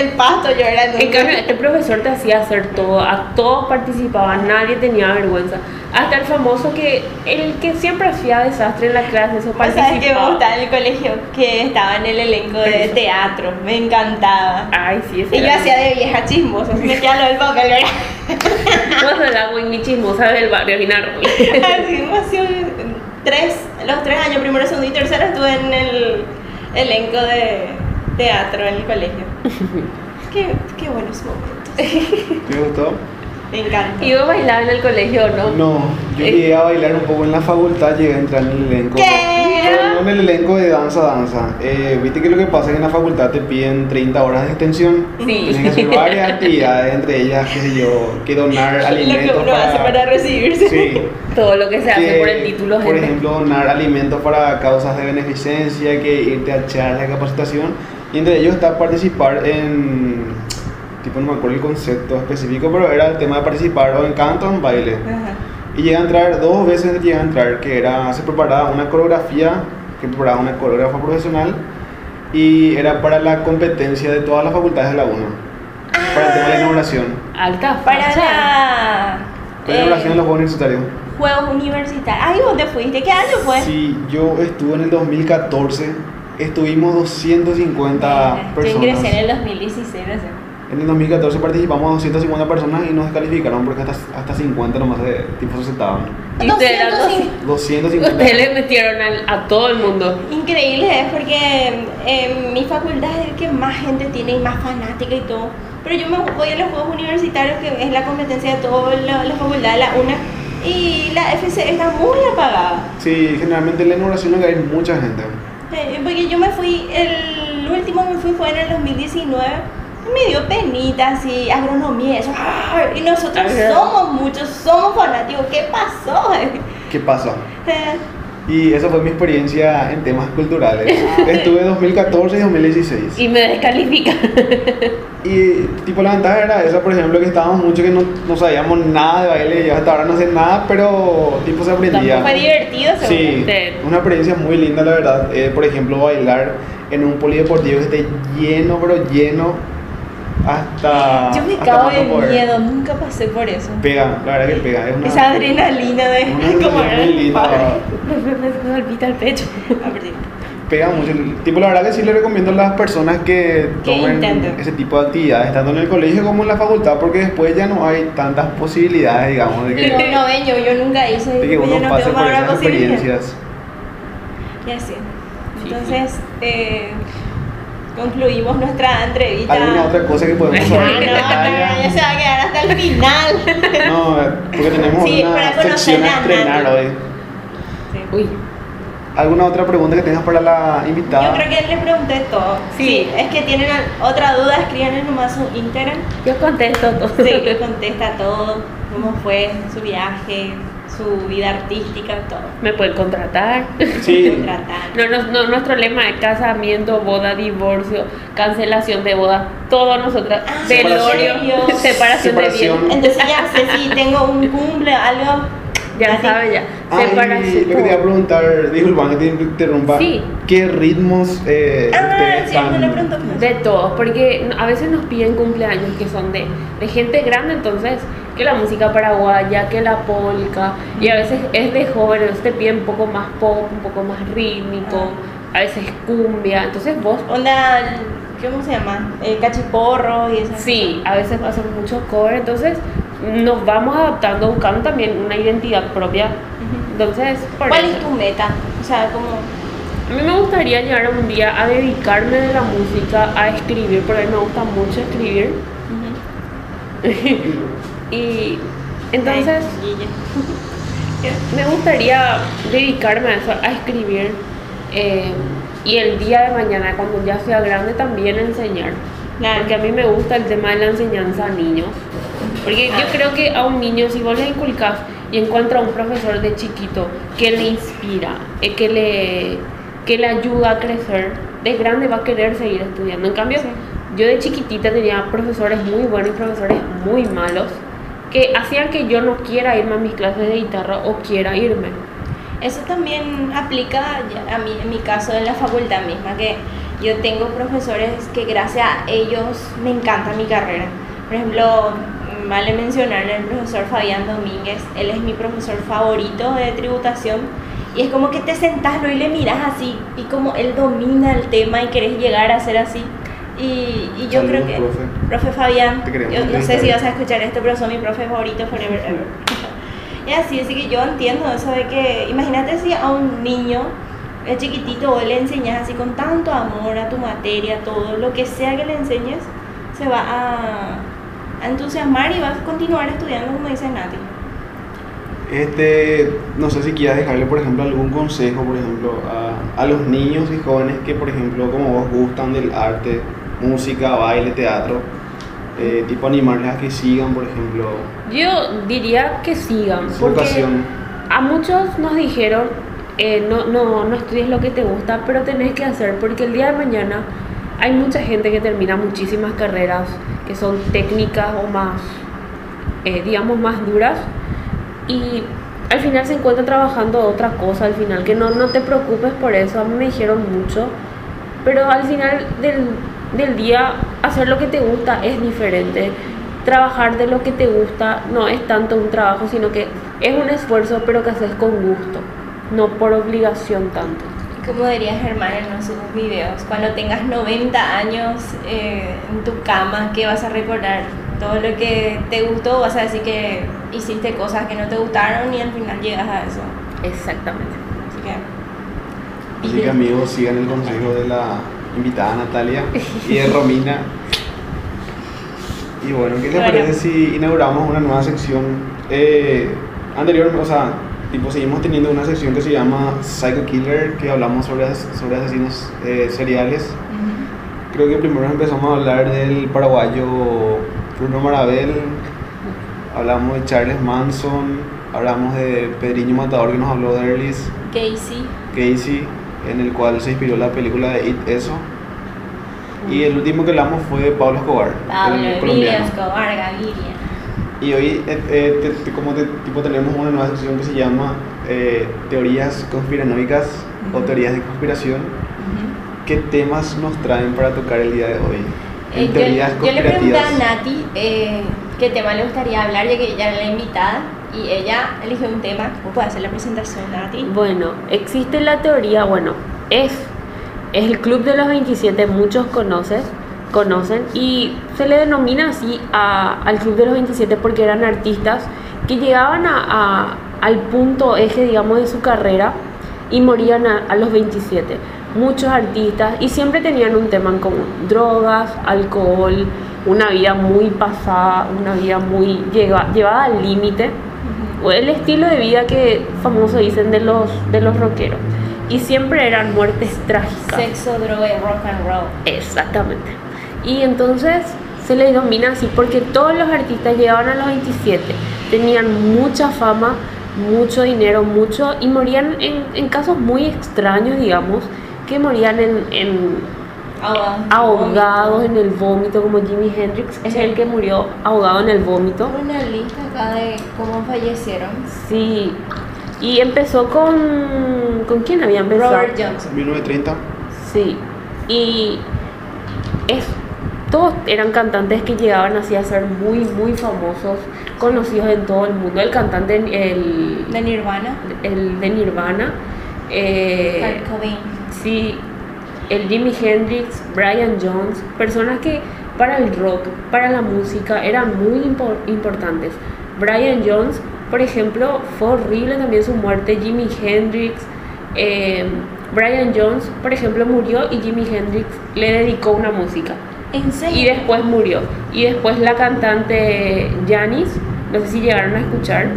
El pasto yo era
En
nunca.
cambio, el profesor te hacía hacer todo, a todos participaban, nadie tenía vergüenza. Hasta el famoso que, el que siempre hacía desastre en la clase, eso
¿Sabes
participaba.
qué me gustaba en el colegio? Que estaba en el elenco de
Eso.
teatro, me encantaba.
Ay, sí, ese
Y yo
era-
hacía de vieja chismosa, así me quedaba lo del papel, ¿verdad?
Vos sos la muy chismosa del barrio Vinarro.
Así me hacía un- tres, los tres años, primero, segundo y tercero, estuve en el elenco de teatro en el colegio. qué, qué buenos momentos.
¿Te gustó?
Me encanta.
¿Y vos bailabas en el colegio o no?
No, yo
Eh.
llegué a bailar un poco en la facultad, llegué a entrar en el elenco.
¿Qué?
Pero no en el elenco de danza, danza. Eh, Viste que lo que pasa es que en la facultad te piden 30 horas de extensión.
Sí.
Tienes que hacer varias actividades, entre ellas, qué sé yo, que donar
Lo
alimentos
que uno
para...
hace para recibirse.
Sí.
Todo lo que se hace
que,
por el título,
Por
gente.
ejemplo, donar alimentos para causas de beneficencia, que irte a charlas de capacitación. Y entre ellos está participar en. Tipo, no me acuerdo el concepto específico, pero era el tema de participar o en canto o en baile.
Ajá.
Y llega a entrar, dos veces llega a entrar, que era, se preparaba una coreografía, que preparaba una coreógrafa profesional, y era para la competencia de todas las facultades de la UNA, para el tema de
Ah,
la inauguración.
Alta
Para
facha.
la.
Para la inauguración de los
eh.
Juegos Universitarios.
Juegos universitarios. Ahí vos te fuiste. ¿Qué año fue?
Sí, yo estuve en el 2014, estuvimos 250
Mira, Yo
personas.
ingresé en el 2016, no sé.
En el 2014 participamos 250 personas y nos descalificaron porque hasta, hasta 50 nomás se, tipo, se sentaban.
Y ustedes eran
205.
250.
Ustedes le metieron al- a todo el mundo.
Increíble es porque eh, mi facultad es el que más gente tiene y más fanática y todo. Pero yo me voy a los juegos universitarios, que es la competencia de todas las la facultades, la una. Y la FC está muy apagada.
Sí, generalmente en la inauguración lo que hay es mucha gente.
Eh, porque yo me fui, el último me fui fue en el 2019. Me dio penita, así, agronomía, eso. ¡ah! Y nosotros
Ajá.
somos muchos, somos fanáticos. ¿Qué pasó?
¿Qué pasa?
Eh,
Y esa fue mi experiencia en temas culturales. Estuve 2014 y 2016.
Y me descalifican.
Y tipo la ventaja era esa, por ejemplo, que estábamos mucho que no, no sabíamos nada de baile, yo hasta ahora no sé nada, pero tipo se
fue
aprendía.
divertido, seguro.
Sí,
seguramente.
una experiencia muy linda la verdad. Eh, por ejemplo, bailar en un polideportivo que esté lleno, pero lleno hasta...
Yo me
hasta
cago
más no
de
poder.
miedo, nunca pasé por eso.
Pega, la verdad que pega. Es una,
Esa adrenalina de
una adrenalina
como era
muy
el
linda.
padre.
Me palpita el pecho.
A ver,
pega mucho. Tipo, la verdad que sí le recomiendo a las personas que
Que
tomen
intenten.
ese tipo de actividades, tanto en el colegio como en la facultad, porque después ya no hay tantas posibilidades, digamos, de que,
No, no ven, yo, yo nunca hice.
de que
yo
uno
no
pase
tengo
por
ahora
esas
posibilidad.
experiencias.
Y así.
Sí,
Entonces, eh, concluimos nuestra entrevista.
¿Alguna otra cosa que podemos
No, no,
hablar?
Ah, no,
en
ya se
detalle?
va a quedar hasta el final.
No, porque tenemos
Sí, para
una
conocer
sección a
a
estrenar
Nati.
hoy.
Sí.
Uy,
¿Alguna otra pregunta que tengas para la invitada?
Yo creo que les pregunté todo.
Sí.
es que tienen al- otra duda, escríbanos nomás su Instagram.
yo contesto todo.
Sí, que contesta todo, cómo fue su viaje, su vida artística, todo.
Me pueden contratar.
Sí,
Contratar.
No, no, no, nuestro lema es casamiento, boda, divorcio, cancelación de boda, todo nosotras,
Ah,
velorio,
separación.
separación, de bienes.
Separación.
Entonces ya sé si tengo un cumple o algo.
Ya
Así.
saben, ya.
Ay,
Separación.
Ah, lo que te iba a preguntar, disculpa que te interrumpa.
Sí.
¿Qué ritmos eh,
Ah,
ustedes
sí, no le
están-
pregunto.
De todo, porque a veces nos piden cumpleaños que son de, de gente grande, entonces, que la música paraguaya, que la polca, y a veces es de jóvenes, te piden un poco más pop, un poco más rítmico, a veces cumbia, entonces vos,
Onda, ¿cómo se llama? Eh, cachiporro y eso.
sí, a veces hacen muchos covers, entonces nos vamos adaptando, buscando también una identidad propia, entonces, por
¿Cuál
eso.
es tu meta? O sea, como.
A mí me gustaría llegar un día a dedicarme de la música, a escribir, porque a mí me gusta mucho escribir. y entonces
Ay, Guille.
me gustaría dedicarme a eso, a escribir. eh, y el día de mañana, cuando ya sea grande, también enseñar.
Claro.
Porque a mí me gusta el tema de la enseñanza a niños. Porque yo creo que a un niño, si vos le inculcas y encuentra un profesor de chiquito que le inspira, eh, que, le, que le ayuda a crecer, de grande va a querer seguir estudiando. En cambio,
Sí.
yo de chiquitita tenía profesores muy buenos y profesores muy malos que hacían que yo no quiera irme a mis clases de guitarra o quiera irme.
Eso también aplica ya a mí, en mi caso en la facultad misma, que yo tengo profesores que gracias a ellos me encanta mi carrera. Por ejemplo, vale mencionar al profesor Fabián Domínguez, él es mi profesor favorito de tributación y es como que te sentás luego y le miras así y como él domina el tema y querés llegar a ser así. Y, y yo
Saludos,
creo que...
profe.
Profe Fabián,
Te queremos
yo no sé
entrevistar.
si vas a escuchar esto, pero son mi profe favorito forever ever. Y así, así que yo entiendo eso de que, imagínate si a un niño es chiquitito vos le enseñas así con tanto amor a tu materia, todo, lo que sea que le enseñes, se va a, a entusiasmar y va a continuar estudiando como dice Nati.
Este, no sé si quieras dejarle, por ejemplo, algún consejo, por ejemplo, a, a los niños y jóvenes que, por ejemplo, como vos gustan del arte, música, baile, teatro, eh, tipo animarles a que sigan, por ejemplo,
Yo diría que sigan,
su
porque
vocación.
a muchos nos dijeron, eh, no, no, no estudies lo que te gusta, pero tenés que hacer, porque el día de mañana hay mucha gente que termina muchísimas carreras que son técnicas o más, eh, digamos, más duras, y al final se encuentra trabajando otra cosa, al final, que no, no te preocupes por eso, a mí me dijeron mucho, pero al final del, del día hacer lo que te gusta es diferente. Trabajar de lo que te gusta no es tanto un trabajo, sino que es un esfuerzo, pero que haces con gusto, no por obligación tanto.
Como diría Germán en uno de sus videos, cuando tengas 90 años eh, en tu cama, que vas a recordar? Todo lo que te gustó, vas a decir que hiciste cosas que no te gustaron y al final llegas a eso.
Exactamente.
Así que,
Así que amigos, sigan el consejo de la invitada Natalia y de Romina. Y bueno, ¿qué les
Bueno.
parece si inauguramos una nueva sección? Eh, anterior, o sea, tipo, seguimos teniendo una sección que se llama Psycho Killer, que hablamos sobre, as- sobre asesinos eh, seriales. Creo que primero empezamos a hablar del paraguayo Bruno Marabel, hablamos de Charles Manson, hablamos de Pedriño Matador que nos habló de Erlis.
Casey,
Casey, en el cual se inspiró la película de It Eso. Y el último que hablamos fue de Pablo Escobar,
Pablo,
el
Ah, Emilio
colombiano.
Escobar, Gaviria.
Y hoy, eh, eh, te- te- como te- tipo, tenemos una nueva sección que se llama eh, Teorías conspiranoicas o
Ujú.
Teorías de conspiración. ¿Qué temas nos traen para tocar el día de hoy?
Eh,
En
yo-
teorías
yo, le pregunté a
conspirativas.
Nati eh, qué tema le gustaría hablar, ya que ella era la invitada y ella eligió un tema. ¿Cómo puede hacer la presentación, Nati?
Bueno, existe la teoría, bueno, es, es el Club de los 27, muchos conoces, conocen, y se le denomina así a- al Club de los 27 porque eran artistas que llegaban a- a- al punto eje, digamos, de su carrera y morían a, a los 27. Muchos artistas y siempre tenían un tema en común, drogas, alcohol, una vida muy pasada, una vida muy lleva- llevada al límite o el estilo de vida que famoso dicen de los de los rockeros y siempre eran muertes trágicas
Sexo, droga y rock and roll.
exactamente y entonces se les denomina así porque todos los artistas llegaban a los 27 tenían mucha fama mucho dinero mucho y morían en, en casos muy extraños digamos que morían en, en
Ahogados.
ahogados en el vómito como Jimi Hendrix es
Sí.
el que murió ahogado en el vómito
Tengo una lista acá de cómo fallecieron.
Sí. Y empezó con. ¿Con quién había empezado?
Robert Johnson.
1930.
Sí. Y. Es, todos eran cantantes que llegaban así a ser muy, muy famosos, conocidos en todo el mundo. El cantante, el.
De Nirvana.
el de Nirvana. eh,
Kurt Cobain.
sí. El Jimi Hendrix, Brian Jones, personas que para el rock, para la música eran muy impor- importantes. Brian Jones, por ejemplo, fue horrible también su muerte. Jimi Hendrix, em, eh, Brian Jones, por ejemplo, murió y Jimi Hendrix le dedicó una música.
¿En serio?
y después murió. Y después la cantante Janis, no sé si llegaron a escuchar,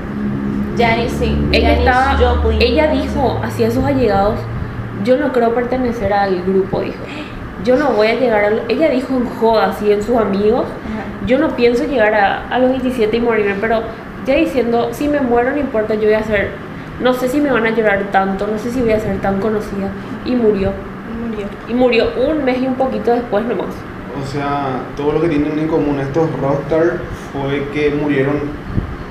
Janis, sí.
ella
Janis
estaba,
Joplin.
ella dijo hacia sus allegados, yo no creo pertenecer al grupo, dijo. Yo no voy a llegar al, ella dijo en joda, así en sus amigos,
Ajá.
yo no pienso llegar a, a los 27 y morirme, pero ya diciendo, si me muero no importa, yo voy a ser, no sé si me van a llorar tanto, no sé si voy a ser tan conocida. Y murió.
Murió.
Y murió un mes y un poquito después nomás.
O sea, todo lo que tienen en común estos rockstar fue que murieron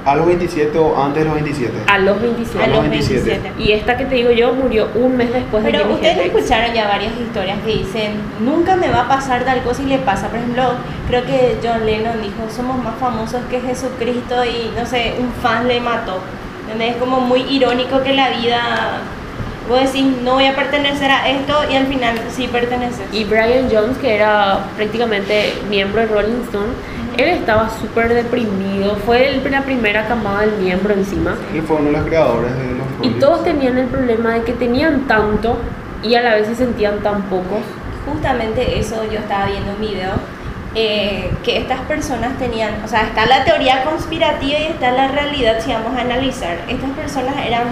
a los 27 o antes de los 27.
A los 27.
A los
27.
27.
Y esta que te digo yo murió un mes después de
Pero
Jimi
ustedes
Hendrix.
escucharon ya varias historias que dicen, nunca me va a pasar tal cosa y le pasa. Por ejemplo, creo que John Lennon dijo, somos más famosos que Jesucristo y no sé, un fan le mató. ¿Entendés? Es como muy irónico que la vida, vos decís, no voy a pertenecer a esto y al final sí perteneces.
Y Brian Jones, que era prácticamente miembro de Rolling Stone, él estaba súper deprimido. Fue el- la primera camada del miembro encima.
Él fue uno de los creadores de los
Y
Rolling.
todos tenían el problema de que tenían tanto y a la vez se sentían tan pocos.
Justamente eso yo estaba viendo un video, eh, que estas personas tenían, o sea, está la teoría conspirativa y está la realidad si vamos a analizar. Estas personas eran,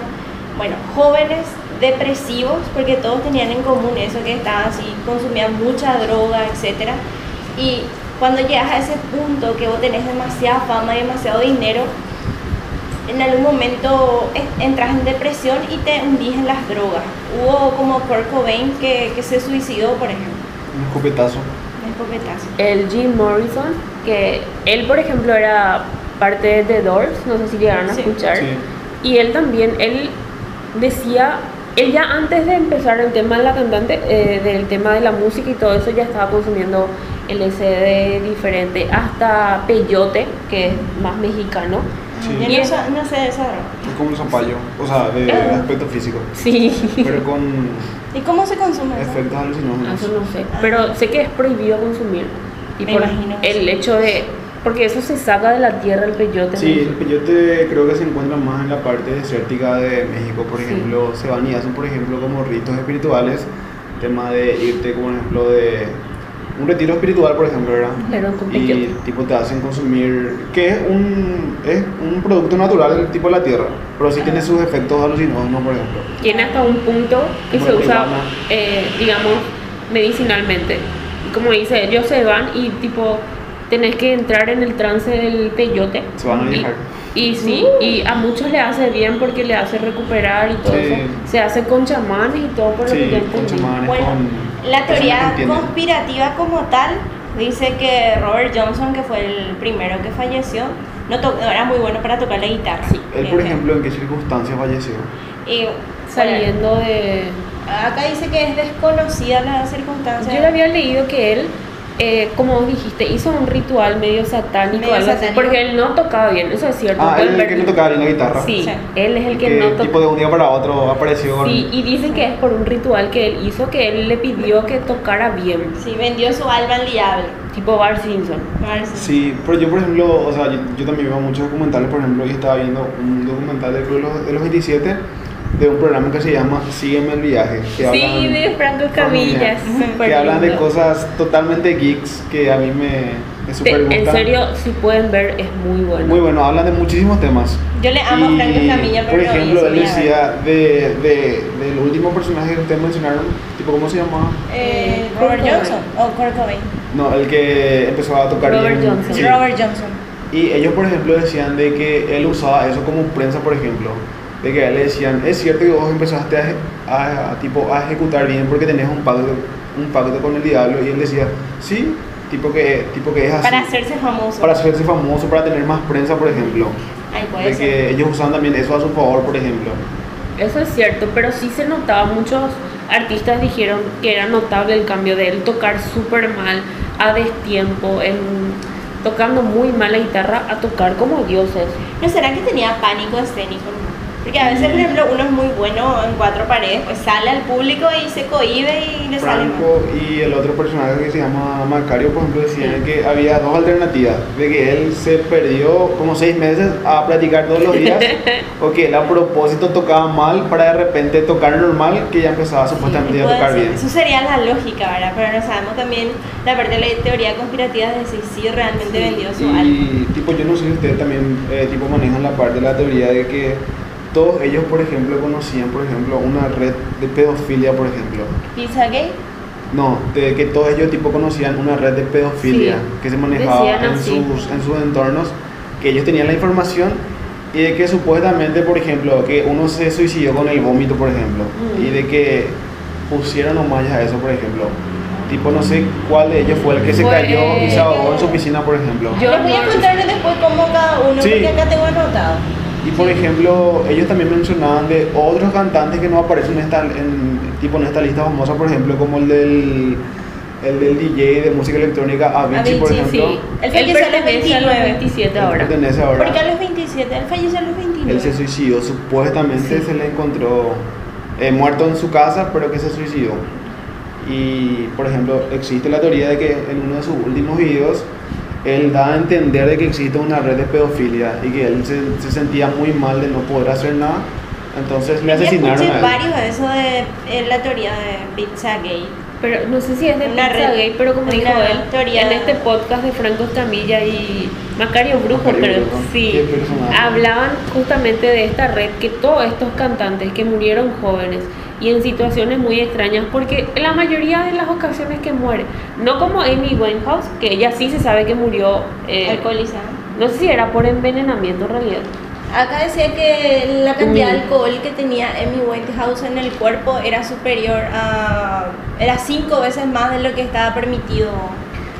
bueno, jóvenes depresivos, porque todos tenían en común eso, que estaban así, consumían mucha droga, etcétera Y cuando llegas a ese punto que vos tenés demasiada fama y demasiado dinero, en algún momento en- entras en depresión y te hundís en las drogas. Hubo como Kurt Cobain que, que se suicidó, por ejemplo,
Un escopetazo.
de escopetazo.
El Jim Morrison, que él, por ejemplo, era parte de The Doors, no sé si llegaron a
Sí.
escuchar.
Sí.
Y él también, él decía, él ya antes de empezar el tema de la cantante, eh, del tema de la música y todo eso, ya estaba consumiendo LCD diferente, hasta peyote, que es más mexicano.
Sí.
Yo no, sa- no sé de esa droga.
Es como un zapallo, o sea, de, de
Ah.
aspecto físico,
Sí,
pero con
¿Y cómo se consume eso?
efectos alucinógenos.
eso no sé. Pero sé que es prohibido consumir. Y
Me
por
imagino que
el
sí.
hecho de. Porque eso se saca de la tierra el peyote.
Sí,
¿no?
el peyote creo que se encuentra más en la parte desértica de México, por
Sí.
ejemplo, se van y hacen, por ejemplo, como ritos espirituales, tema de irte, como por ejemplo, de un retiro espiritual, por ejemplo, ¿verdad?
Pero con
Y
peyote.
tipo te hacen consumir, que es un, es un producto natural del tipo de la tierra, pero
Ah.
sí tiene sus efectos alucinógenos, por ejemplo.
Tiene hasta un punto que se
Bueno,
usa,
marihuana.
eh, digamos, medicinalmente. Y Como dice, ellos se van y tipo tenés que entrar en el trance del peyote.
Se van a viajar.
Y, y sí, y a muchos le hace bien porque le hace recuperar y todo
Sí.
eso. Se hace con chamanes y todo por lo que
Sí,
ya
con
entendí.
chamanes,
Bueno,
con...
La
personas
teoría
que entienden.
conspirativa como tal dice que Robert Johnson, que fue el primero que falleció, no to- era muy bueno para tocar la guitarra.
Sí.
Él, por ejemplo, ¿en qué circunstancias falleció?
Y, bueno,
Saliendo de.
acá dice que es desconocida la circunstancia.
Yo le había leído que él, eh, como dijiste, hizo un ritual medio satánico,
Medio
algo así,
satánico.
porque él no tocaba bien, eso es cierto.
Ah,
pueden
él es el que
verlo.
no tocaba bien la guitarra.
Sí,
Sí.
él es el que,
que
no tocaba.
tipo de un día para otro apareció con-
Sí, y dicen que es por un ritual que él hizo que él le pidió que tocara bien,
Sí, vendió su alma al diablo.
tipo Bar Simpson.
Marcy.
Sí, pero yo por ejemplo, o sea, yo, yo también veo muchos documentales, por ejemplo, y estaba viendo un documental del Club de los, de los 27 de un programa que se llama Sígueme el viaje, que
Sí,
hablan,
de Franco
Familia.
Camillas, súper
que hablan de
lindo.
cosas totalmente geeks que a mí me, me
Te-
super
en
gustan.
serio, si pueden ver, es muy bueno.
Muy bueno, hablan de muchísimos temas.
Yo le amo a Franco
Y,
Escamilla, pero
Por
no vi
ejemplo,
eso,
él
voy a ver.
decía de, de, del último personaje que ustedes mencionaron, tipo, ¿cómo se llamaba?
Eh,
Kurt
Robert
Cobain.
Johnson o Kurt Cobain.
No, el que empezó a tocar
Robert
bien.
Johnson.
Sí.
Robert Johnson.
Y ellos, por ejemplo, decían de que él usaba eso como prensa, por ejemplo. De que a él le decían, es cierto que vos empezaste a, eje- a- a, tipo, a ejecutar bien porque tenés un pacto, un pacto con el diablo. Y él decía, sí, tipo que, tipo que es así.
Para hacerse famoso.
Ah, Para hacerse famoso, para tener más prensa, por ejemplo.
Ay, puede
De
ser.
que ellos usaban también eso a su favor, por ejemplo.
Eso es cierto, pero sí se notaba, muchos artistas dijeron que era notable el cambio de él tocar súper mal, a destiempo, en- tocando muy mal la guitarra, a tocar como dioses.
¿No será que tenía pánico escénico? Porque a
Mm.
veces, por ejemplo, uno es muy bueno en cuatro paredes, pues sale al público y se cohíbe y le sale mal.
Franco y el otro personaje que se llama Macario, por ejemplo, decían que había dos alternativas, de que él se perdió como seis meses a practicar todos los días, o que él a propósito tocaba mal para de repente tocar normal, que ya empezaba supuestamente
Sí,
a
puede
tocar
ser.
bien.
Eso sería la lógica, ¿verdad? Pero no sabemos también la parte de la teoría conspirativa de si sí realmente vendió su alma.
Y tipo, yo no sé si ustedes también eh, tipo manejan la parte de la teoría de que todos ellos, por ejemplo, conocían, por ejemplo, una red de pedofilia, por ejemplo.
¿Pizza gay?
No, de que todos ellos tipo conocían una red de pedofilia
Sí,
que se manejaba
decían
en
así.
sus, en sus entornos, que ellos tenían la información y de que supuestamente, por ejemplo, que uno se suicidó con el vómito, por ejemplo,
Mm.
y de que pusieron homajes a eso, por ejemplo. Tipo, no sé cuál de ellos fue el que se
Fue-
cayó y se ahogó en su piscina, por ejemplo.
Yo
Les voy a
no-
contarles después cómo cada uno,
Sí.
porque acá tengo anotado.
Y por ejemplo, ellos también mencionaban de otros cantantes que no aparecen en esta, en, tipo, en esta lista famosa, por ejemplo, como el del, el del DJ de música electrónica Avicii, por
Avicii,
ejemplo.
Sí,
Él
él
falleció a los
pertenece a los
29.
27
Él
ahora.
pertenece ahora.
Porque a los 27, él falleció a los 29.
Él se suicidó, supuestamente
Sí.
se le encontró eh, muerto en su casa, pero que se suicidó. Y, por ejemplo, existe la teoría de que en uno de sus últimos videos, él da a entender de que existe una red de pedofilia y que él se, se sentía muy mal de no poder hacer nada. Entonces le
Ya
asesinaron
escuché
a él.
varios de eso de eh, la teoría de pizza gay.
Pero no sé si es de
Una
pizza
red-
gay, pero como
una
dijo él,
teoría.
en este podcast de Franco Camilla y Macario Brujo,
Macario
creo,
Brujo. Qué
sí,
personaje.
hablaban justamente de esta red que todos estos cantantes que murieron jóvenes y en situaciones muy extrañas, porque la mayoría de las ocasiones que muere, no como Amy Winehouse, que ella sí se sabe que murió, eh,
Alcoholizada.
no sé si era por envenenamiento en realidad.
Acá decía que la cantidad de
Mm.
alcohol que tenía Amy Whitehouse en el cuerpo era superior a. era cinco veces más de lo que estaba permitido.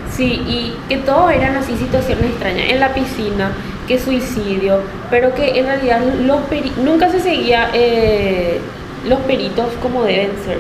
Sí, y que todo eran así situaciones extrañas, en la piscina, que suicidio, pero que en realidad los peri- nunca se seguía eh, los peritos como deben ser.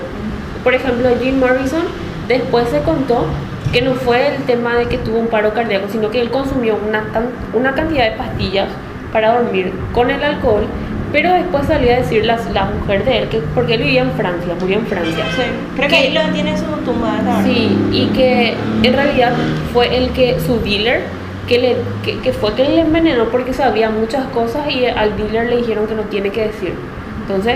Por ejemplo, Jim Morrison después se contó que no fue el tema de que tuvo un paro cardíaco, sino que él consumió una, tan- una cantidad de pastillas para dormir con el alcohol, pero después salió a decir las- la, mujer de él, que porque él vivía en Francia, murió en Francia.
Sí, creo que ahí lo tiene en su tumba hasta ahora.
Sí, y que en realidad fue el que su dealer, que, le, que, que fue que le envenenó porque sabía muchas cosas y al dealer le dijeron que no tiene que decir. Entonces,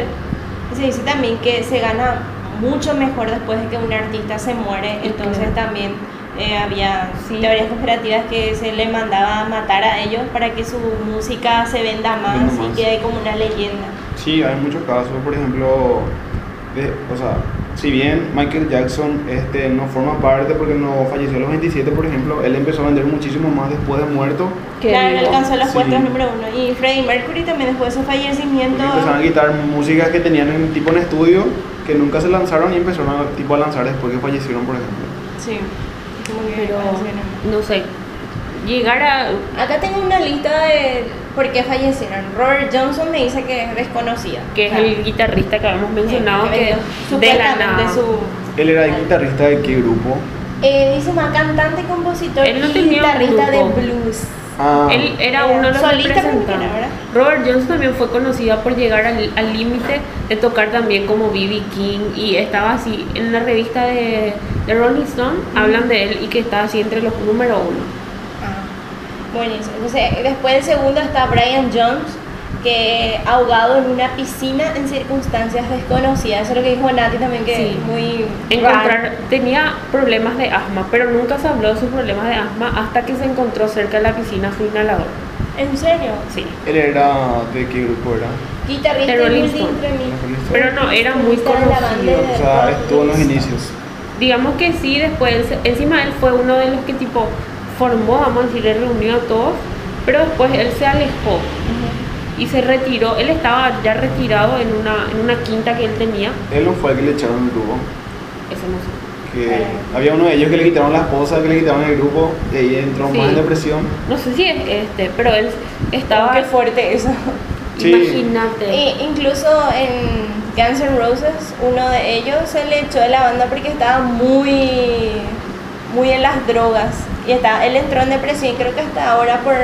Se dice también que se gana mucho mejor después de que un artista se muere,
Y
entonces
claro.
también eh, había
Sí.
teorías conspirativas que se le mandaba a matar a ellos para que su música se venda más
Venda
y
más.
quede como una leyenda.
Sí, hay muchos casos, por ejemplo, de- o sea, si bien Michael Jackson este, no forma parte porque no falleció a los 27, por ejemplo, él empezó a vender muchísimo más después de muerto.
que
claro, él
digo,
alcanzó los
Sí.
puestos número uno. Y Freddie Mercury también después de su fallecimiento.
Porque empezaron a quitar música que tenían en tipo en estudio que nunca se lanzaron y empezaron a, tipo a lanzar después que fallecieron, por ejemplo.
Sí, muy bien,
pero
parece bien.
no sé, llegar a...
Acá tengo una lista de por qué fallecieron. Robert Johnson me dice que es desconocido.
que es
O sea,
el guitarrista que habíamos mencionado,
eh,
que, de la
supuestamente
nada.
su
Él era el guitarrista de qué grupo?
Eh, dice más cantante, compositor
Él no
y
tenía un
guitarrista de
grupo.
blues.
Ah,
Él era
Era
uno de los
solista primero,
representantes.
¿verdad?
Robert Jones también fue conocida por llegar al al límite de tocar también como B.B. King y estaba así en la revista de, de Rolling Stone, hablan de él y que está así entre los número uno.
Ah, Buenísimo. Entonces, después del segundo está Brian Jones, que ahogado en una piscina en circunstancias desconocidas. Eso es lo que dijo Nati también, que
Sí.
es muy
Encontrar,
raro.
tenía problemas de asma, pero nunca se habló de sus problemas de asma hasta que se encontró cerca de la piscina su inhalador.
¿En serio?
Sí.
él era de qué grupo era?
Guitarrista
Pero
y
listo.
multiinstrumista.
Pero no, era muy
Guitarrista de la
conocido.
banda de
O sea,
rock
estuvo en los
Rolling
inicios.
Digamos que sí, después, él se- encima él fue uno de los que tipo formó, vamos a decir, él reunió a todos, pero después él se alejó.
Stone. Ujú.
y se retiró, él estaba ya retirado en una, en una quinta que él tenía,
Él no fue el que le echaron el grupo.
eso no sé.
Que había uno de ellos que le quitaron la esposa, que le quitaron el grupo, y ahí entró
Sí.
más en depresión.
No sé si es este, pero él estaba,
Qué fuerte eso.
Ah, Sí.
imagínate,
E incluso en Guns N' Roses, uno de ellos se le echó de la banda porque estaba muy, muy en las drogas. Y está, él entró en depresión y creo que hasta ahora por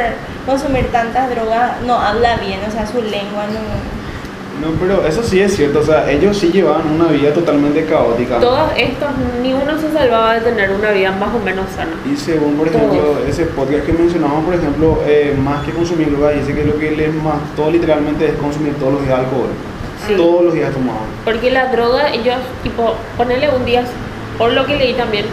consumir tantas drogas no habla bien, o sea, su lengua no...
No, pero eso sí es cierto, o sea, ellos sí llevaban una vida totalmente caótica.
Todos estos, ni uno se salvaba de tener una vida más o menos sana.
Y según, por ejemplo,
Todos.
ese podcast que mencionamos, por ejemplo, eh, más que consumir lugar, dice que lo que les mató literalmente es consumir todos los días alcohol.
Sí.
Todos los días tomaban.
Porque la droga, ellos, tipo, ponerle un día, por lo que leí también,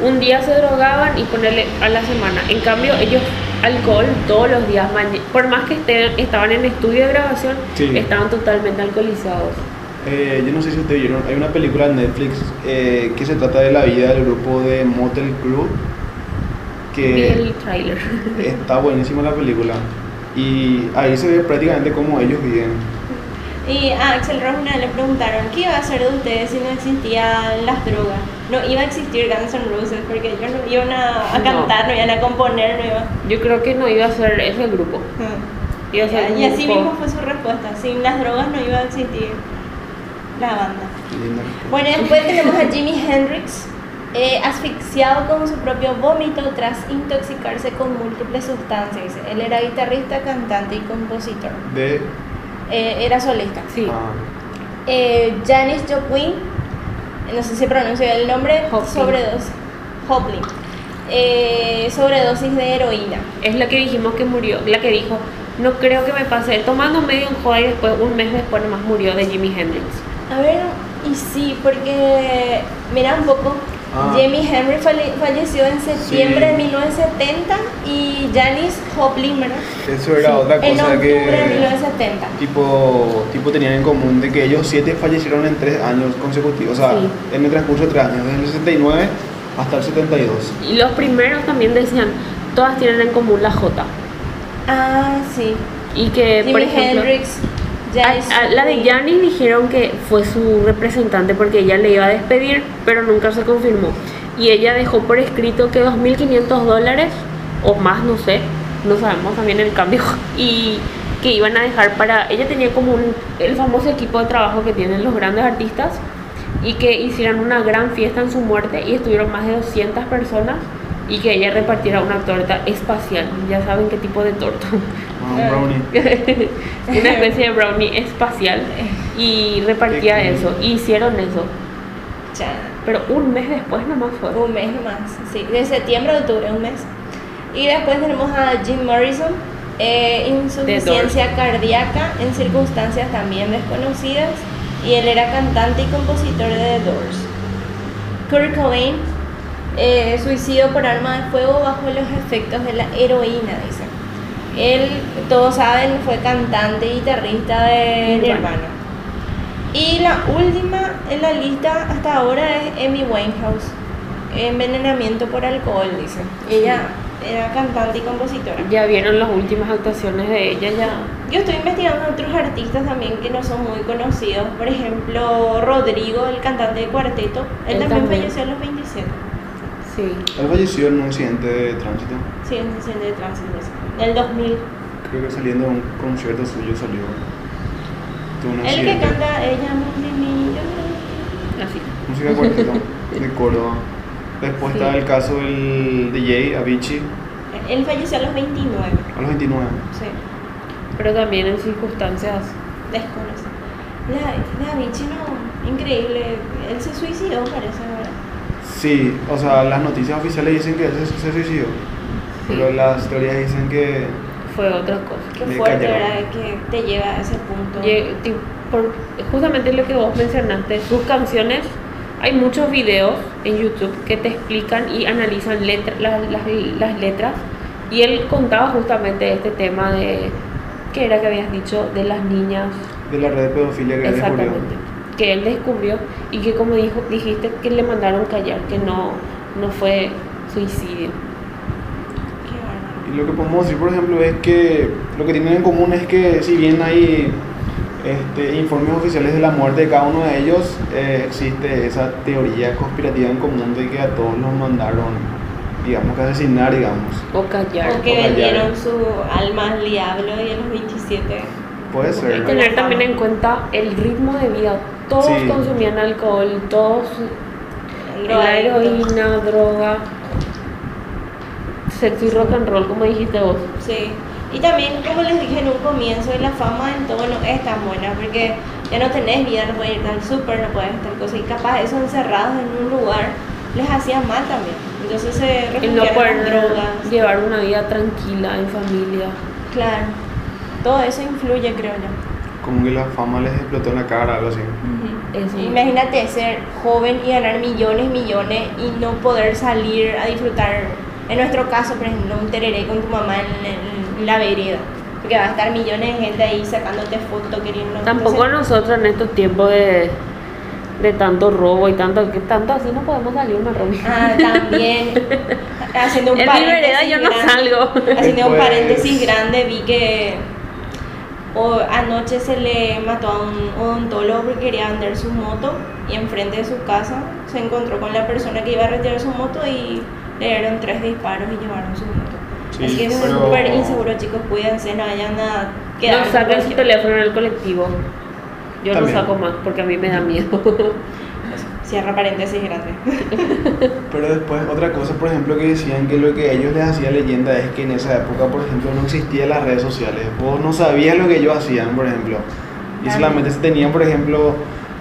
un día se drogaban y ponerle a la semana. En cambio, ellos alcohol todos los días, maña- por más que estén, estaban en estudio de grabación,
Sí.
estaban totalmente alcoholizados.
Eh, yo no sé si ustedes vieron, hay una película en Netflix eh, que se trata de la vida del grupo de Motel Crew,
Vi
que
el tráiler.
está buenísima la película. Y ahí se ve prácticamente cómo ellos viven.
Y a Axel Rose una vez le preguntaron, ¿qué iba a hacer de ustedes si no existían las drogas? No iba a existir Guns N' Roses porque ellos no iban a, a
No.
cantar, no iban a componer, no iban...
Yo creo que no iba a ser ese grupo.
Mm.
Iba a ser
Y
un
así
grupo-
mismo fue su respuesta, sin las drogas no iba a existir la banda.
Linda.
Bueno, después tenemos a Jimi Hendrix, eh, asfixiado con su propio vómito tras intoxicarse con múltiples sustancias. Él era guitarrista, cantante y compositor.
De...
Eh, era solista.
Sí.
ah,
Eh, Janis Joplin, no sé si se pronuncia el nombre,
Joplin.
sobredosis. Joplin. Eh, sobredosis de heroína.
Es la que dijimos que murió, la que dijo, no creo que me pase, tomando medio joda y después, un mes después nomás murió de Jimi Hendrix.
A ver, y sí, porque mira un poco.
Ah.
Jamie Henry fale- falleció en septiembre
Sí.
de 1970 y Janis Joplin, ¿verdad?
Eso era otra
En
cosa
octubre
que...
de 1970.
tipo, tipo tenían en común de que ellos siete fallecieron en tres años consecutivos, o sea,
Sí.
en el transcurso de tres años, desde el 69 hasta el 72.
Y los primeros también decían, todas tienen en común la J.
Ah, sí.
Y que, Eh, por
Jimi
ejemplo,
Hendrix, Janis
a- a Ah, la de
Joplin.
Janis dijeron que fue su representante porque ella le iba a despedir, pero nunca se confirmó. Y ella dejó por escrito que 2.500 dólares o más, no sé, no sabemos también el cambio, y que iban a dejar para... Ella tenía como un, el famoso equipo de trabajo que tienen los grandes artistas y que hicieran una gran fiesta en su muerte y estuvieron más de 200 personas y que ella repartiera una torta espacial. Ya saben qué tipo de torta.
Ah, un brownie.
una especie de brownie espacial y repartía
Qué cool.
eso, y hicieron eso,
Chan.
pero un mes después nomás fue.
Un mes más, sí, de septiembre a octubre, un mes. Y después tenemos a Jim Morrison, eh, insuficiencia cardíaca en circunstancias también desconocidas, y él era cantante y compositor de The Doors. Kurt Cobain, eh, suicidio por arma de fuego bajo los efectos de la heroína, dice. Él, todos saben, fue cantante y guitarrista de
Nirvana.
Nirvana. Y la última en la lista hasta ahora es Amy Winehouse. Envenenamiento por alcohol, dice. Ella era cantante y compositora.
Ya vieron las últimas actuaciones de ella, ya.
Yo estoy investigando otros artistas también que no son muy conocidos. Por ejemplo, Rodrigo, el cantante de cuarteto. Él
Él
también,
también.
falleció a los 27.
Sí.
Él falleció en un accidente de tránsito,
Sí, en sesión de tránsito. En el 2000.
creo que saliendo de un concierto suyo salió. Tuvo
Ah,
un
El que
accidente.
canta ella, mi niño.
Así.
Música de cuarteto de Córdoba. Después
Sí.
estaba el caso del DJ Avicii
Él falleció a los 29.
a los 29.
Sí.
Pero también en circunstancias.
Desconoce. La, la Vinci no, increíble. Él se suicidó, parece, ¿verdad?
Sí, o sea, las noticias oficiales dicen que él se, se suicidó, pero las teorías dicen que
Fue otra cosa.
Qué
Me
fuerte,
cayeron.
¿verdad? Que te lleva a ese punto.
Lle- ti- por- justamente lo que vos mencionaste, sus canciones, hay muchos videos en YouTube que te explican y analizan letra- las, las- las letras. Y él contaba justamente este tema de, ¿qué era que habías dicho? De las niñas.
de la red de pedofilia que él descubrió.
Exactamente. Que él descubrió y que como dijo, dijiste que le mandaron callar, que no, no fue suicidio.
Qué bárbaro.
Y lo que podemos decir, por ejemplo, es que lo que tienen en común es que si bien hay este, informes oficiales de la muerte de cada uno de ellos, eh, existe esa teoría conspirativa en común de que a todos los mandaron, digamos, que asesinar, digamos.
O callar.
O que
Ojalá.
vendieron su alma al diablo y a los 27.
Puede ser.
Y
¿no?
tener también en cuenta el ritmo de vida. Todos
Sí.
consumían alcohol, todos la
drogadictos.
heroína, droga, sexo y rock and roll, como dijiste vos.
Sí. Y también, como les dije en un comienzo, la fama en todo no es tan buena, porque ya no tenés vida, no puedes ir al súper, no puedes tal cosa, y capaz esos encerrados en un lugar les hacía mal también. Entonces se
El no
refugiaron en
poder
drogas.
llevar una vida tranquila en familia.
Claro, todo eso influye, creo yo.
Como que la fama les explotó en la cara, algo así.
Eso.
Imagínate ser joven y ganar millones, millones y no poder salir a disfrutar, en nuestro caso, por ejemplo, un tereré con tu mamá en, en la vereda. Porque va a estar millones de gente ahí sacándote fotos, queriendo.
Tampoco
Entonces,
nosotros en estos tiempos de, de tanto robo y tanto que tanto así no podemos salir una Romy.
Ah, también. Haciendo un
En mi
paréntesis
vereda yo no
grande-
salgo.
Haciendo un
Pues-
paréntesis grande, vi que o- anoche se le mató a un odontólogo porque quería vender su moto y enfrente de su casa se encontró con la persona que iba a retirar su moto y le dieron tres disparos y llevaron su moto.
Sí,
Así que es
pero-
súper inseguro, chicos. Cuídense, no vayan a quedar.
No saquen su
con-
teléfono en el colectivo. Yo no
También.
saco más porque a mí me da miedo.
Cierra paréntesis grande.
Pero después, otra cosa, por ejemplo, que decían que lo que a ellos les hacía leyenda es que en esa época, por ejemplo, no existían las redes sociales. Vos no sabías lo que ellos hacían, por ejemplo. Y
Ah.
solamente se tenían, por ejemplo,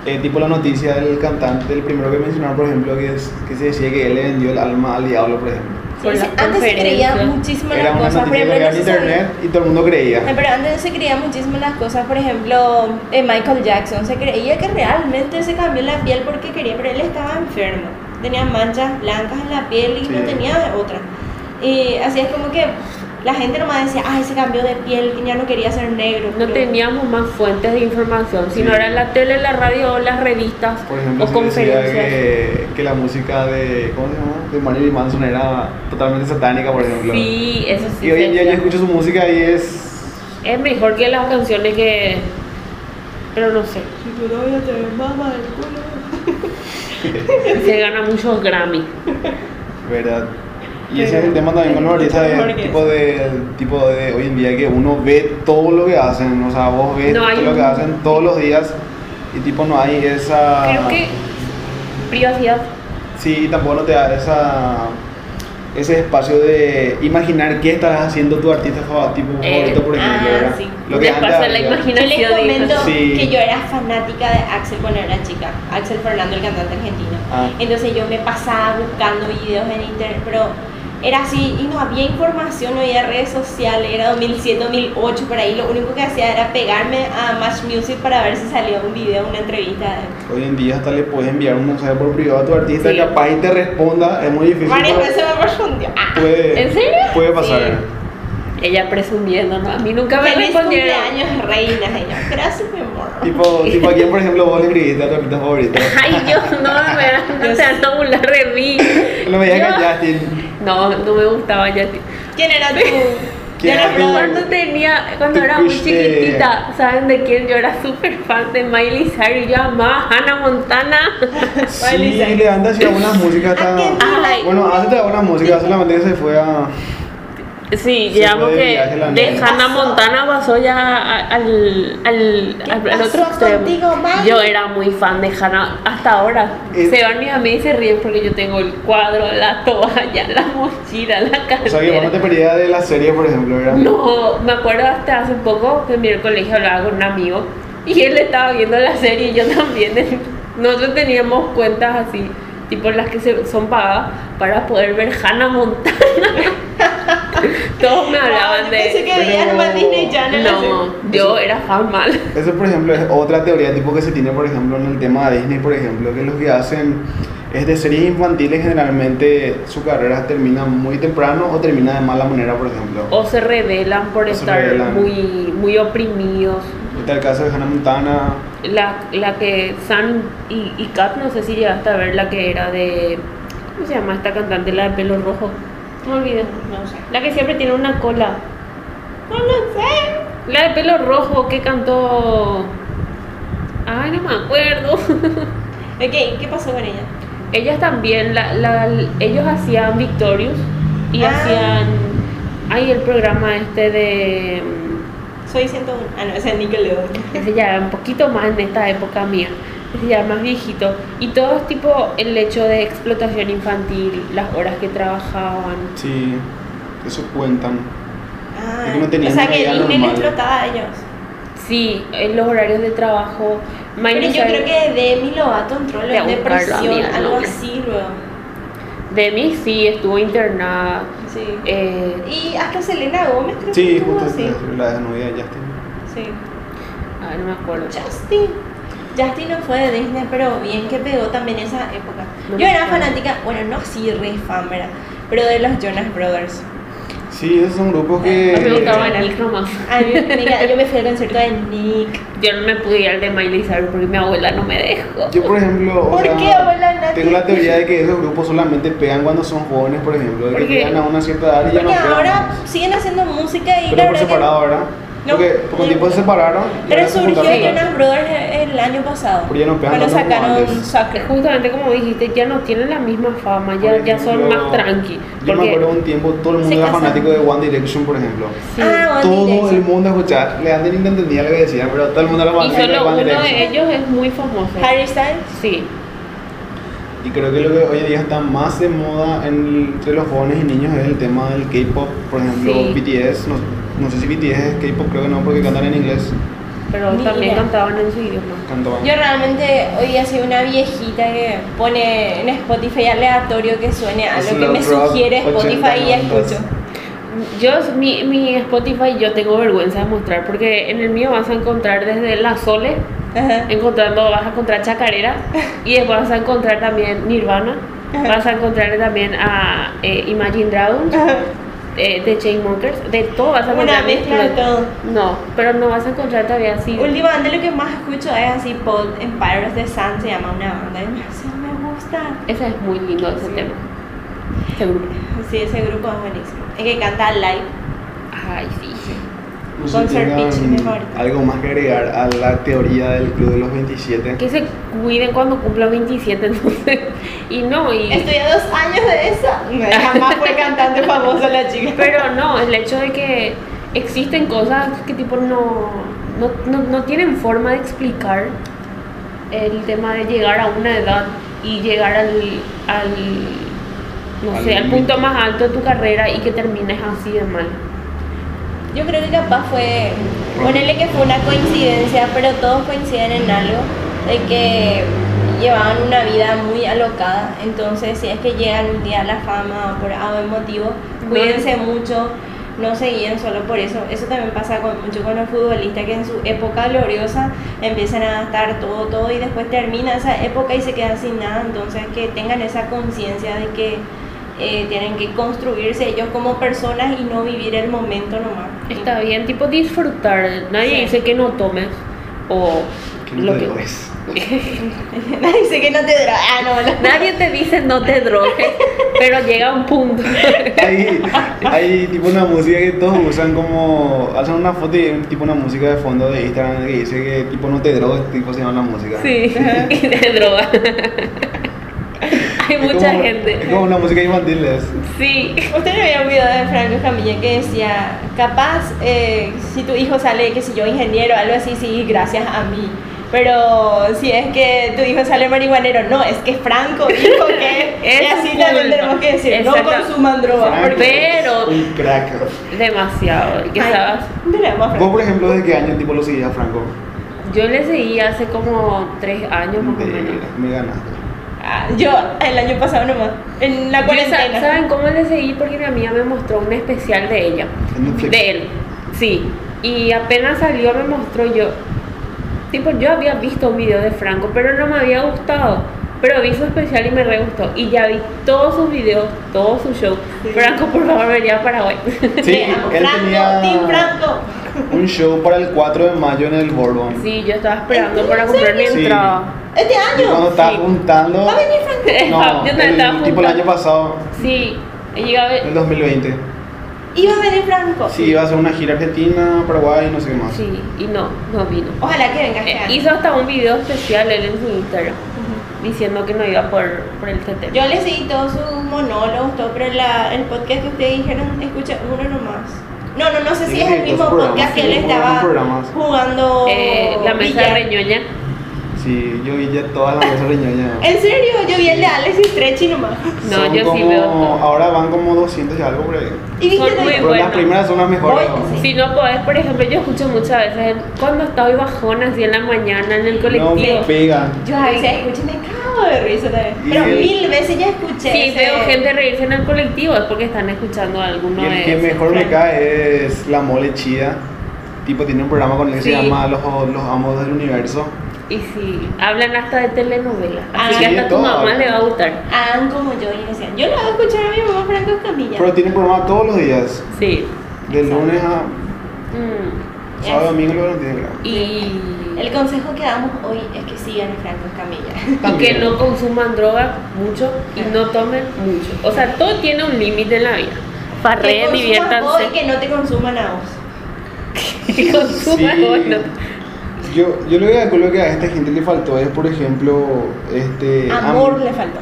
eh, tipo la noticia del cantante, el primero que mencionaron, por ejemplo, que, es- que se decía que él le vendió el alma al diablo, por ejemplo.
Sí,
Por
sí,
las
antes se creía
conferencias.
muchísimo en
Era
las
una
cosas, por
noticia que
ejemplo,
había en
no se sabía-
internet y todo el mundo
Ay,
creía.
Pero antes se creía muchísimo en las cosas, por ejemplo, de Michael Jackson. Se creía que realmente se cambió la piel porque quería, pero él estaba enfermo. Tenía manchas blancas en la piel y
Sí.
no tenía otra. Y así es como que la gente nomás decía, ay, se cambió de piel, que ya no quería ser negro.
No
pero-
teníamos más fuentes de información, sino
Sí.
era la tele, la radio, o las revistas
Por ejemplo,
o
se decía
conferencias.
que, que la música de, ¿cómo se llama? De Marilyn Manson era totalmente satánica, por ejemplo.
Sí, eso sí.
y hoy en
se
día yo
hacía.
escucho su música y es
Es mejor que las canciones que... Pero no sé,
Si tu novia te mama el culo.
se gana muchos Grammy.
¿Verdad? Y ese
Pero-
es el tema también con los artistas de,
Porque-
tipo de tipo de hoy en día que uno ve todo lo que hacen, o sea, vos ves
No hay
todo lo que
un-
hacen todos los días y tipo no hay esa
Creo que privacidad
sí, tampoco no te da esa ese espacio de imaginar qué estarás haciendo tu artista fa- tipo
Eh,
favorito, por ejemplo,
ah,
¿verdad?
sí.
Lo que
Les
antes
pasa la
había.
imaginación.
Yo les
Financiado, dices.
comento
Sí.
que yo era fanática de Axel cuando era chica, Axel Fernando, el cantante argentino.
Ah.
Entonces yo me pasaba buscando videos en internet, pero era así y no había información, no había redes sociales, era 2007, 2008, por ahí. Lo único que hacía era pegarme a Match Music para ver si salía un video, una entrevista.
Hoy en día hasta le puedes enviar un mensaje por privado a tu artista
Sí.
y capaz y te responda, es muy difícil.
Varias
pero
veces me respondió. Ah,
puede,
¿En serio?
puede pasar.
Sí.
Ella presumiendo, ¿no? A mí nunca me
feliz
respondieron.
cumpleaños, reina. Y yo, gracias, mi amor.
Tipo, tipo a quién, por ejemplo, vos le escribiste a tu artista favorito.
Ay, yo no, me, no se van a burlar de mí.
No me digas
Yo-
que Justin.
No, no me gustaba Justin.
¿Quién era tú?
¿Quién era tú?
Cuando tenía, cuando
Tu
era muy
crush de-
chiquitita, ¿saben de quién? Yo era súper fan de Miley Cyrus, yo amaba a Hannah Montana.
Sí, le anda hacia algunas músicas. Está...
qué?
Ay,
Bueno, hace algunas músicas, solamente que se fue a.
sí,
se
digamos
fue de
que
viaje a la
de
nieve.
Hannah Montana pasó ya a- al, al,
¿Qué
al, al
pasó
otro extremo.
contigo, Miley?
Yo era muy fan de Hannah, hasta ahora.
Es-
Se van mis amigas y se ríen porque yo tengo el cuadro, la toalla, la mochila, la cartera.
O sea, que vos no te perdías de la serie, por ejemplo, ¿verdad?
No, me acuerdo hasta hace poco que en mi colegio hablaba con un amigo y él estaba viendo la serie y yo también. Nosotros teníamos cuentas así, tipo las que se- son pagadas para poder ver Hannah Montana. Todos me hablaban
Pensé
de...
que veías
Pero-
más Disney Channel.
No, yo era fan mal.
Eso, por ejemplo, es otra teoría tipo que se tiene, por ejemplo, en el tema de Disney, por ejemplo, que los que hacen es de series infantiles, generalmente su carrera termina muy temprano o termina de mala manera, por ejemplo.
O se rebelan por
O se
estar
rebelan.
muy muy oprimidos.
Está el caso de Hannah Montana.
La, la que Sam y, y Kat, no sé si llegaste a ver la que era de... ¿Cómo se llama esta cantante? La de pelo rojo. No me olvidé.
No sé.
La que siempre tiene una cola.
No lo sé.
La de pelo rojo que cantó. Ay, no me acuerdo.
Ok, ¿qué pasó con ella?
Ellas también, la, la- ellos hacían Victorious y
Ah.
hacían. Ay, el programa este de.
Soy 101. Ah, no, ese es Nickelodeon.
Ese ya un poquito más en esta época mía. Ese ya más viejito. Y todo es tipo el hecho de explotación infantil, las horas que trabajaban.
Sí, eso cuentan.
Ah,
Es que no tenían
o sea
una
que
vida
Disney le
normal.
explotaba a ellos.
Sí, en los horarios de trabajo.
Pero
Miley
yo creo
Cyrus-
que Demi Lovato entró
Voy a
en
buscarlo,
depresión,
amiga,
algo
nombre.
así, luego.
Demi sí estuvo internada.
Sí.
Eh,
Y hasta Selena Gómez creo que
Sí,
estuvo
justo
así.
la, la desnudidad de Justin.
Sí.
ah, no me acuerdo.
Justin. Justin no fue de Disney, pero bien que pegó también esa época.
No
Yo
me
era
acuerdo.
fanática, bueno, no así re fan, ¿verdad? Pero de los Jonas Brothers.
Sí, esos son grupos que.
No me gustaba
Eh.
bailar el croma.
A mí, mira, yo me fui al concierto de Nick.
Yo no me pude ir al de Miley Cyrus porque mi abuela no me dejó.
Yo, por ejemplo, o
¿Por
sea,
qué, abuela, Nati?
tengo la teoría de que esos grupos solamente pegan cuando son jóvenes, por ejemplo, de que
¿Por qué?
llegan a una cierta edad y ya no
Porque
pegan.
ahora
más.
siguen haciendo música
Pero
y la
por
verdad que-
separado, ¿verdad?
No,
porque porque con
no.
tiempo se separaron. y ahora
Pero
se
surgió
juntaron otra vez.
Jonas Brothers el año pasado.
Pero ya no pegan
cuando
tanto como
sacaron
antes.
Sucker.
Justamente como dijiste, ya no tienen la misma fama,
Por
ya, ya son
ejemplo,
más tranqui.
Yo me
Porque
acuerdo un tiempo, todo el mundo
se
era
casan.
fanático de One Direction, por ejemplo.
sí.
Ah, One
Todo
Direction.
el mundo escuchaba, le antes ni entendía lo que decían, pero todo el mundo era
y
fanático de
solo
One
uno
Direction.
de ellos es muy famoso.
Harry Styles.
Sí,
Y creo que lo que hoy en día está más de moda en- entre los jóvenes y niños es el tema del K-pop, por ejemplo,
Sí.
BTS. No, no sé si BTS es K-pop, creo que no, porque cantan en inglés.
pero
Ni
también
idea.
cantaban en su idioma.
Cantaban.
Yo realmente hoy he sido una viejita que pone en Spotify aleatorio que suene algo que
Slow
me
rock,
sugiere
80,
Spotify y
90.
escucho.
Yo, mi, mi Spotify, yo tengo vergüenza de mostrar porque en el mío vas a encontrar desde La Sole,
Ajá.
encontrando, vas a encontrar Chacarera y después vas a encontrar también Nirvana, vas a encontrar también a eh, Imagine Dragons, eh, The Chainmokers, de todo vas a
Una
encontrar.
mezcla de todo.
No, pero no vas a encontrar todavía así.
Últimamente lo que más escucho es así Paul en Pirates de Sun se llama una banda y me hace- me gusta.
Ese es muy lindo ese
Sí.
tema. Ese grupo.
Sí, ese grupo es buenísimo. Es que canta live.
Ay, sí.
No sé
Con
si
Sir
tengan
Pitch, mi favorito.
algo más que agregar a la teoría del Club de los 27.
Que se cuiden cuando cumpla 27, entonces. Y no, y.
Estudié dos años de eso. No, Jamás fue cantante famosa la chica.
Pero no, el hecho de que existen cosas que tipo no, no, no, no tienen forma de explicar el tema de llegar a una edad y llegar al, al no
Al
sé, al
límite.
punto más alto de tu carrera y que termines así de mal.
Yo creo que capaz fue, ponerle que fue una coincidencia, pero todos coinciden en algo, de que llevaban una vida muy alocada, entonces si es que llegan un día a la fama por algún motivo, cuídense mucho, no se guíen solo por eso, eso también pasa con- mucho con los futbolistas que en su época gloriosa empiezan a gastar todo, todo y después termina esa época y se quedan sin nada, entonces que tengan esa conciencia de que... eh, tienen que construirse ellos como personas y no vivir el momento nomás.
Está bien, tipo disfrutar. Nadie
Sí.
dice que no tomes o
Que no
lo
te
que-
drogues.
Nadie dice que no te droga. Ah, no, no.
Nadie te dice no te drogues, pero llega un punto.
Hay, hay tipo una música que todos usan como. Hacen una foto y tipo una música de fondo de Instagram que dice que tipo no te drogues, tipo se llama la música.
Sí, y te droga. Hay
Es
mucha
como-
gente.
Es como una música infantil. es-
Sí,
Usted no había olvidado de Franco Camilla que decía, capaz eh, si tu hijo sale, qué sé yo, ingeniero, algo así, sí, gracias a mí. Pero si es que tu hijo sale marihuanero, no, es que Franco dijo que...
Es
y así
su
también
culpa.
tenemos que decir, no
Exacto.
consuman droga.
Franco
Porque...
pero-
es Un crack.
demasiado. el que estabas.
Tenemos a
Vos,
Franco.
por ejemplo, ¿desde qué año tipo lo seguías, Franco?
Yo le seguí hace como tres años más o
De-
menos.
Me ganaste.
Ah, yo el año pasado nomás, en la
Yo sa-
cuarentena.
¿Saben cómo le seguí? Porque mi amiga me mostró un especial de ella.
En Netflix.
De él, sí. Y apenas salió me mostró yo. Tipo, yo había visto un video de Franco, pero no me había gustado. Pero vi su especial y me re gustó. Y ya vi todos sus videos, todo su show. Franco, por favor, venía a Paraguay.
Sí,
Te amo.
él
Franco,
tenía-
Team Franco.
Un show para el 4 de mayo en el Bourbon.
sí, yo estaba esperando para comprar mi
Sí.
entrada.
Este
Y cuando
año.
estaba
Sí.
apuntando.
Va a venir Franco.
No,
Yo no estaba
el, tipo el
apuntando.
año pasado,
Sí, he llegado
el 2020.
Iba a venir Franco.
Sí, iba a hacer una gira argentina, Paraguay, no sé qué más.
Sí, y no, no vino.
Ojalá que venga este
Eh,
año.
hizo hasta un video especial él en su Instagram diciendo que no iba por, por el TT.
Yo le seguí todos sus monólogos, todo, pero la- el podcast que ustedes dijeron, escuché uno nomás. No, no, no sé si
Tiene
es el
dos
mismo
programas,
podcast que él
tiene un
estaba
programas.
jugando
Eh, la mesa
billar.
reñoña.
Sí, Sí, yo vi ya todas las mesas riñoñas.
En serio, yo vi el de Alex y Trechi nomás.
No,
Son
yo sí
como-
veo todo.
Ahora van como 200 y algo por ahí.
Y viste
Son muy
también-
Pero
bueno.
las primeras son las mejores.
Voy,
¿no?
sí.
Si no podés, por ejemplo, yo escucho muchas veces eh, cuando estoy bajona, así en la mañana, en el
No
colectivo.
me pega.
Yo a veces escucho y me cago de risa también.
Y
Pero
el-
mil veces ya escuché.
si
ese-
veo gente reírse en el colectivo, es porque están escuchando a alguno
y
de
el que
esos,
mejor me
claro.
cae es la mole chida. Tipo, tiene un programa con él que
Sí.
se llama Los, los Amos del Universo.
Y sí, hablan hasta de telenovela. Así
Ah,
que
sí,
hasta tu
todo
mamá
hablan.
le va a gustar.
Hagan como yo y decían, yo lo voy a escuchar a mi mamá Franco Escamilla.
Pero tiene un programa todos los días.
Sí.
De
Exacto.
lunes a
Mm,
sábado,
Yes.
domingo, luego no tiene programa.
Y,
El consejo que damos hoy es que sigan a Franco Escamilla.
y que
También.
no consuman droga mucho y no tomen mucho. O sea, todo tiene un límite en la vida.
que
Farreen,
consumas vos y
diviértanse.
que no te consuman a vos.
Que consuman
Sí.
vos, no.
Yo, yo lo que calculo que a esta gente le faltó es, por ejemplo, este...
Amor
am-
le faltó.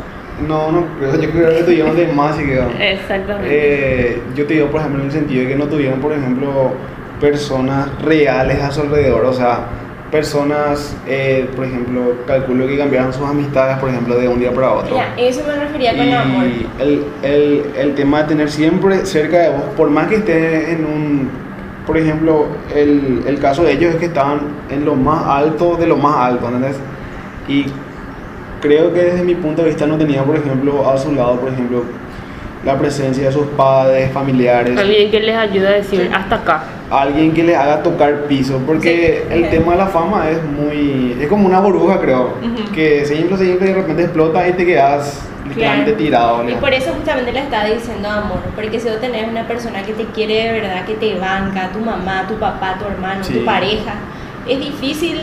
No, no, pero yo creo que tuvieron de más y quedaron.
Exactamente.
Eh, yo te digo, por ejemplo, en el sentido de que no tuvieron, por ejemplo, personas reales a su alrededor, o sea, personas, eh, por ejemplo, calculo que cambiaron sus amistades, por ejemplo, de un día para otro.
Mira, eso me refería con amor.
Y el, el, el tema de tener siempre cerca de vos, por más que estés en un, por ejemplo, el, el caso de ellos es que estaban en lo más alto de lo más alto, ¿entendés? Y creo que desde mi punto de vista no tenía, por ejemplo, a su lado, por ejemplo, la presencia de sus padres, familiares,
Alguien que les ayuda a decir hasta acá.
alguien que les haga tocar piso, porque
Sí,
el
ok.
tema de la fama es muy, es como una burbuja, creo,
Ujú.
que se infla, se infla y de repente explota y te quedas literalmente tirado.
Y
¿no?
por eso justamente le estaba diciendo amor, porque si vos tenés una persona que te quiere de verdad, que te banca, tu mamá, tu papá, tu hermano,
Sí.
tu pareja, es difícil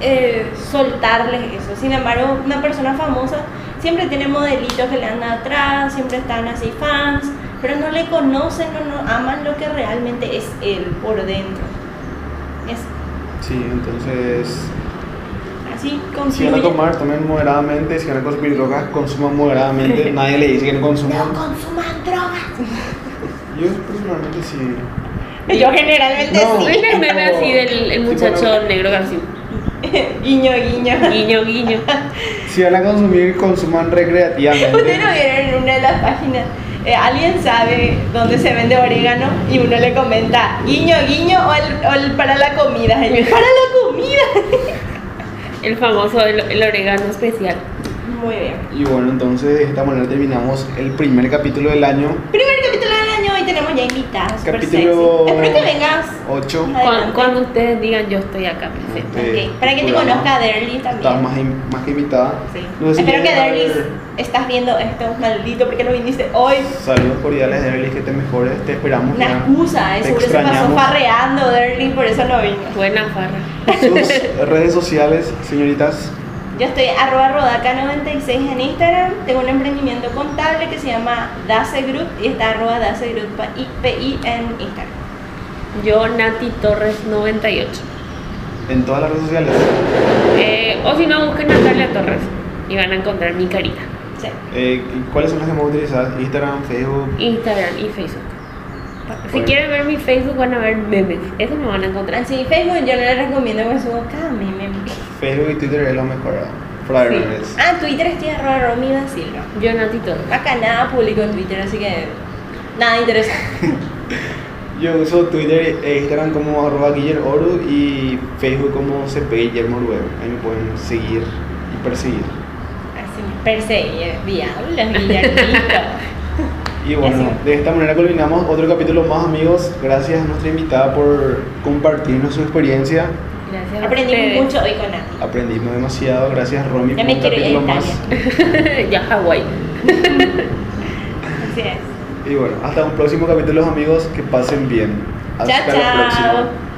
eh, soltarles eso. Sin embargo, una persona famosa siempre tiene modelitos que le andan atrás, siempre están así fans, pero no le conocen, no, no aman lo que realmente es él por dentro. Es
Sí, entonces
así,
si van a
consumen.
tomar, tomen moderadamente, si van a consumir drogas, consuman moderadamente, nadie le dice que no
No
consuman.
consuman drogas.
Yo personalmente sí.
Yo generalmente
No.
sí.
¿Ves el meme así del el
Sí,
muchacho
bueno.
negro así?
Guiño, guiño.
Guiño, guiño.
Si van a consumir, consuman
Ustedes no
recreativamente.
vieron en una de las páginas, eh, alguien sabe dónde se vende orégano y uno le comenta guiño, guiño o el, o el para la comida. Y yo, para la comida.
El famoso, el, el orégano especial.
Muy bien.
Y bueno, entonces de esta manera terminamos el primer capítulo del año,
Primer capítulo del año, hoy tenemos ya invitados. super
Capítulo-
sexy. Espero que vengas.
8.
Adelante.
Cuando, cuando ustedes digan yo estoy acá presente.
Ok, Para que te conozca Derly
Estás
también.
más, in- más que invitada.
Sí.
No sé si
Espero que
quieres dar
Derly estás viendo esto, maldito, porque no viniste hoy.
Saludos cordiales, Derlis, que te mejores, te esperamos.
Una
ya.
excusa, eh,
Te
seguro se pasó
extrañamos.
farreando Derly, por eso no vino.
Buena farra.
Sus redes sociales, señoritas.
Yo estoy arroba rodaca96 en Instagram. Tengo un emprendimiento contable que se llama Dace Group y está arroba Dace Group pa- y- PI en Instagram.
Yo, Nati Torres 98.
En todas las redes sociales.
Eh, o si no, busquen Natalia Torres y van a encontrar mi carita.
Sí.
Eh, ¿y ¿Cuáles son las que más utilizas? Instagram, Facebook.
Instagram y Facebook. Si
Bueno.
quieren ver mi Facebook, van a ver memes. Eso me van a encontrar.
Así, Facebook yo no le recomiendo que subo cada meme.
Facebook y Twitter es lo mejor. ¿no? Para
Sí.
bebés.
Ah, Twitter estoy arroba Romy da Silva.
Yo, Nati Torres.
Acá nada público en Twitter, así que nada interesante.
Yo uso Twitter e Instagram como arroba guillermoru y Facebook como cp Guillermo Orué. Ahí me pueden seguir y perseguir.
Así me perseguí, eh, diablos, Guillermito.
Y bueno,
Así.
de esta manera culminamos otro capítulo más, amigos. Gracias a nuestra invitada por compartirnos su experiencia.
Gracias. a
Aprendimos
ustedes.
mucho hoy con Nati.
Aprendimos demasiado. Gracias, Romy,
Ya me quiero ir a Italia.
ya, Hawái.
Así es.
Y bueno, hasta un próximo capítulo, amigos. Que pasen bien. Hasta
Chao,
la próxima.
chao.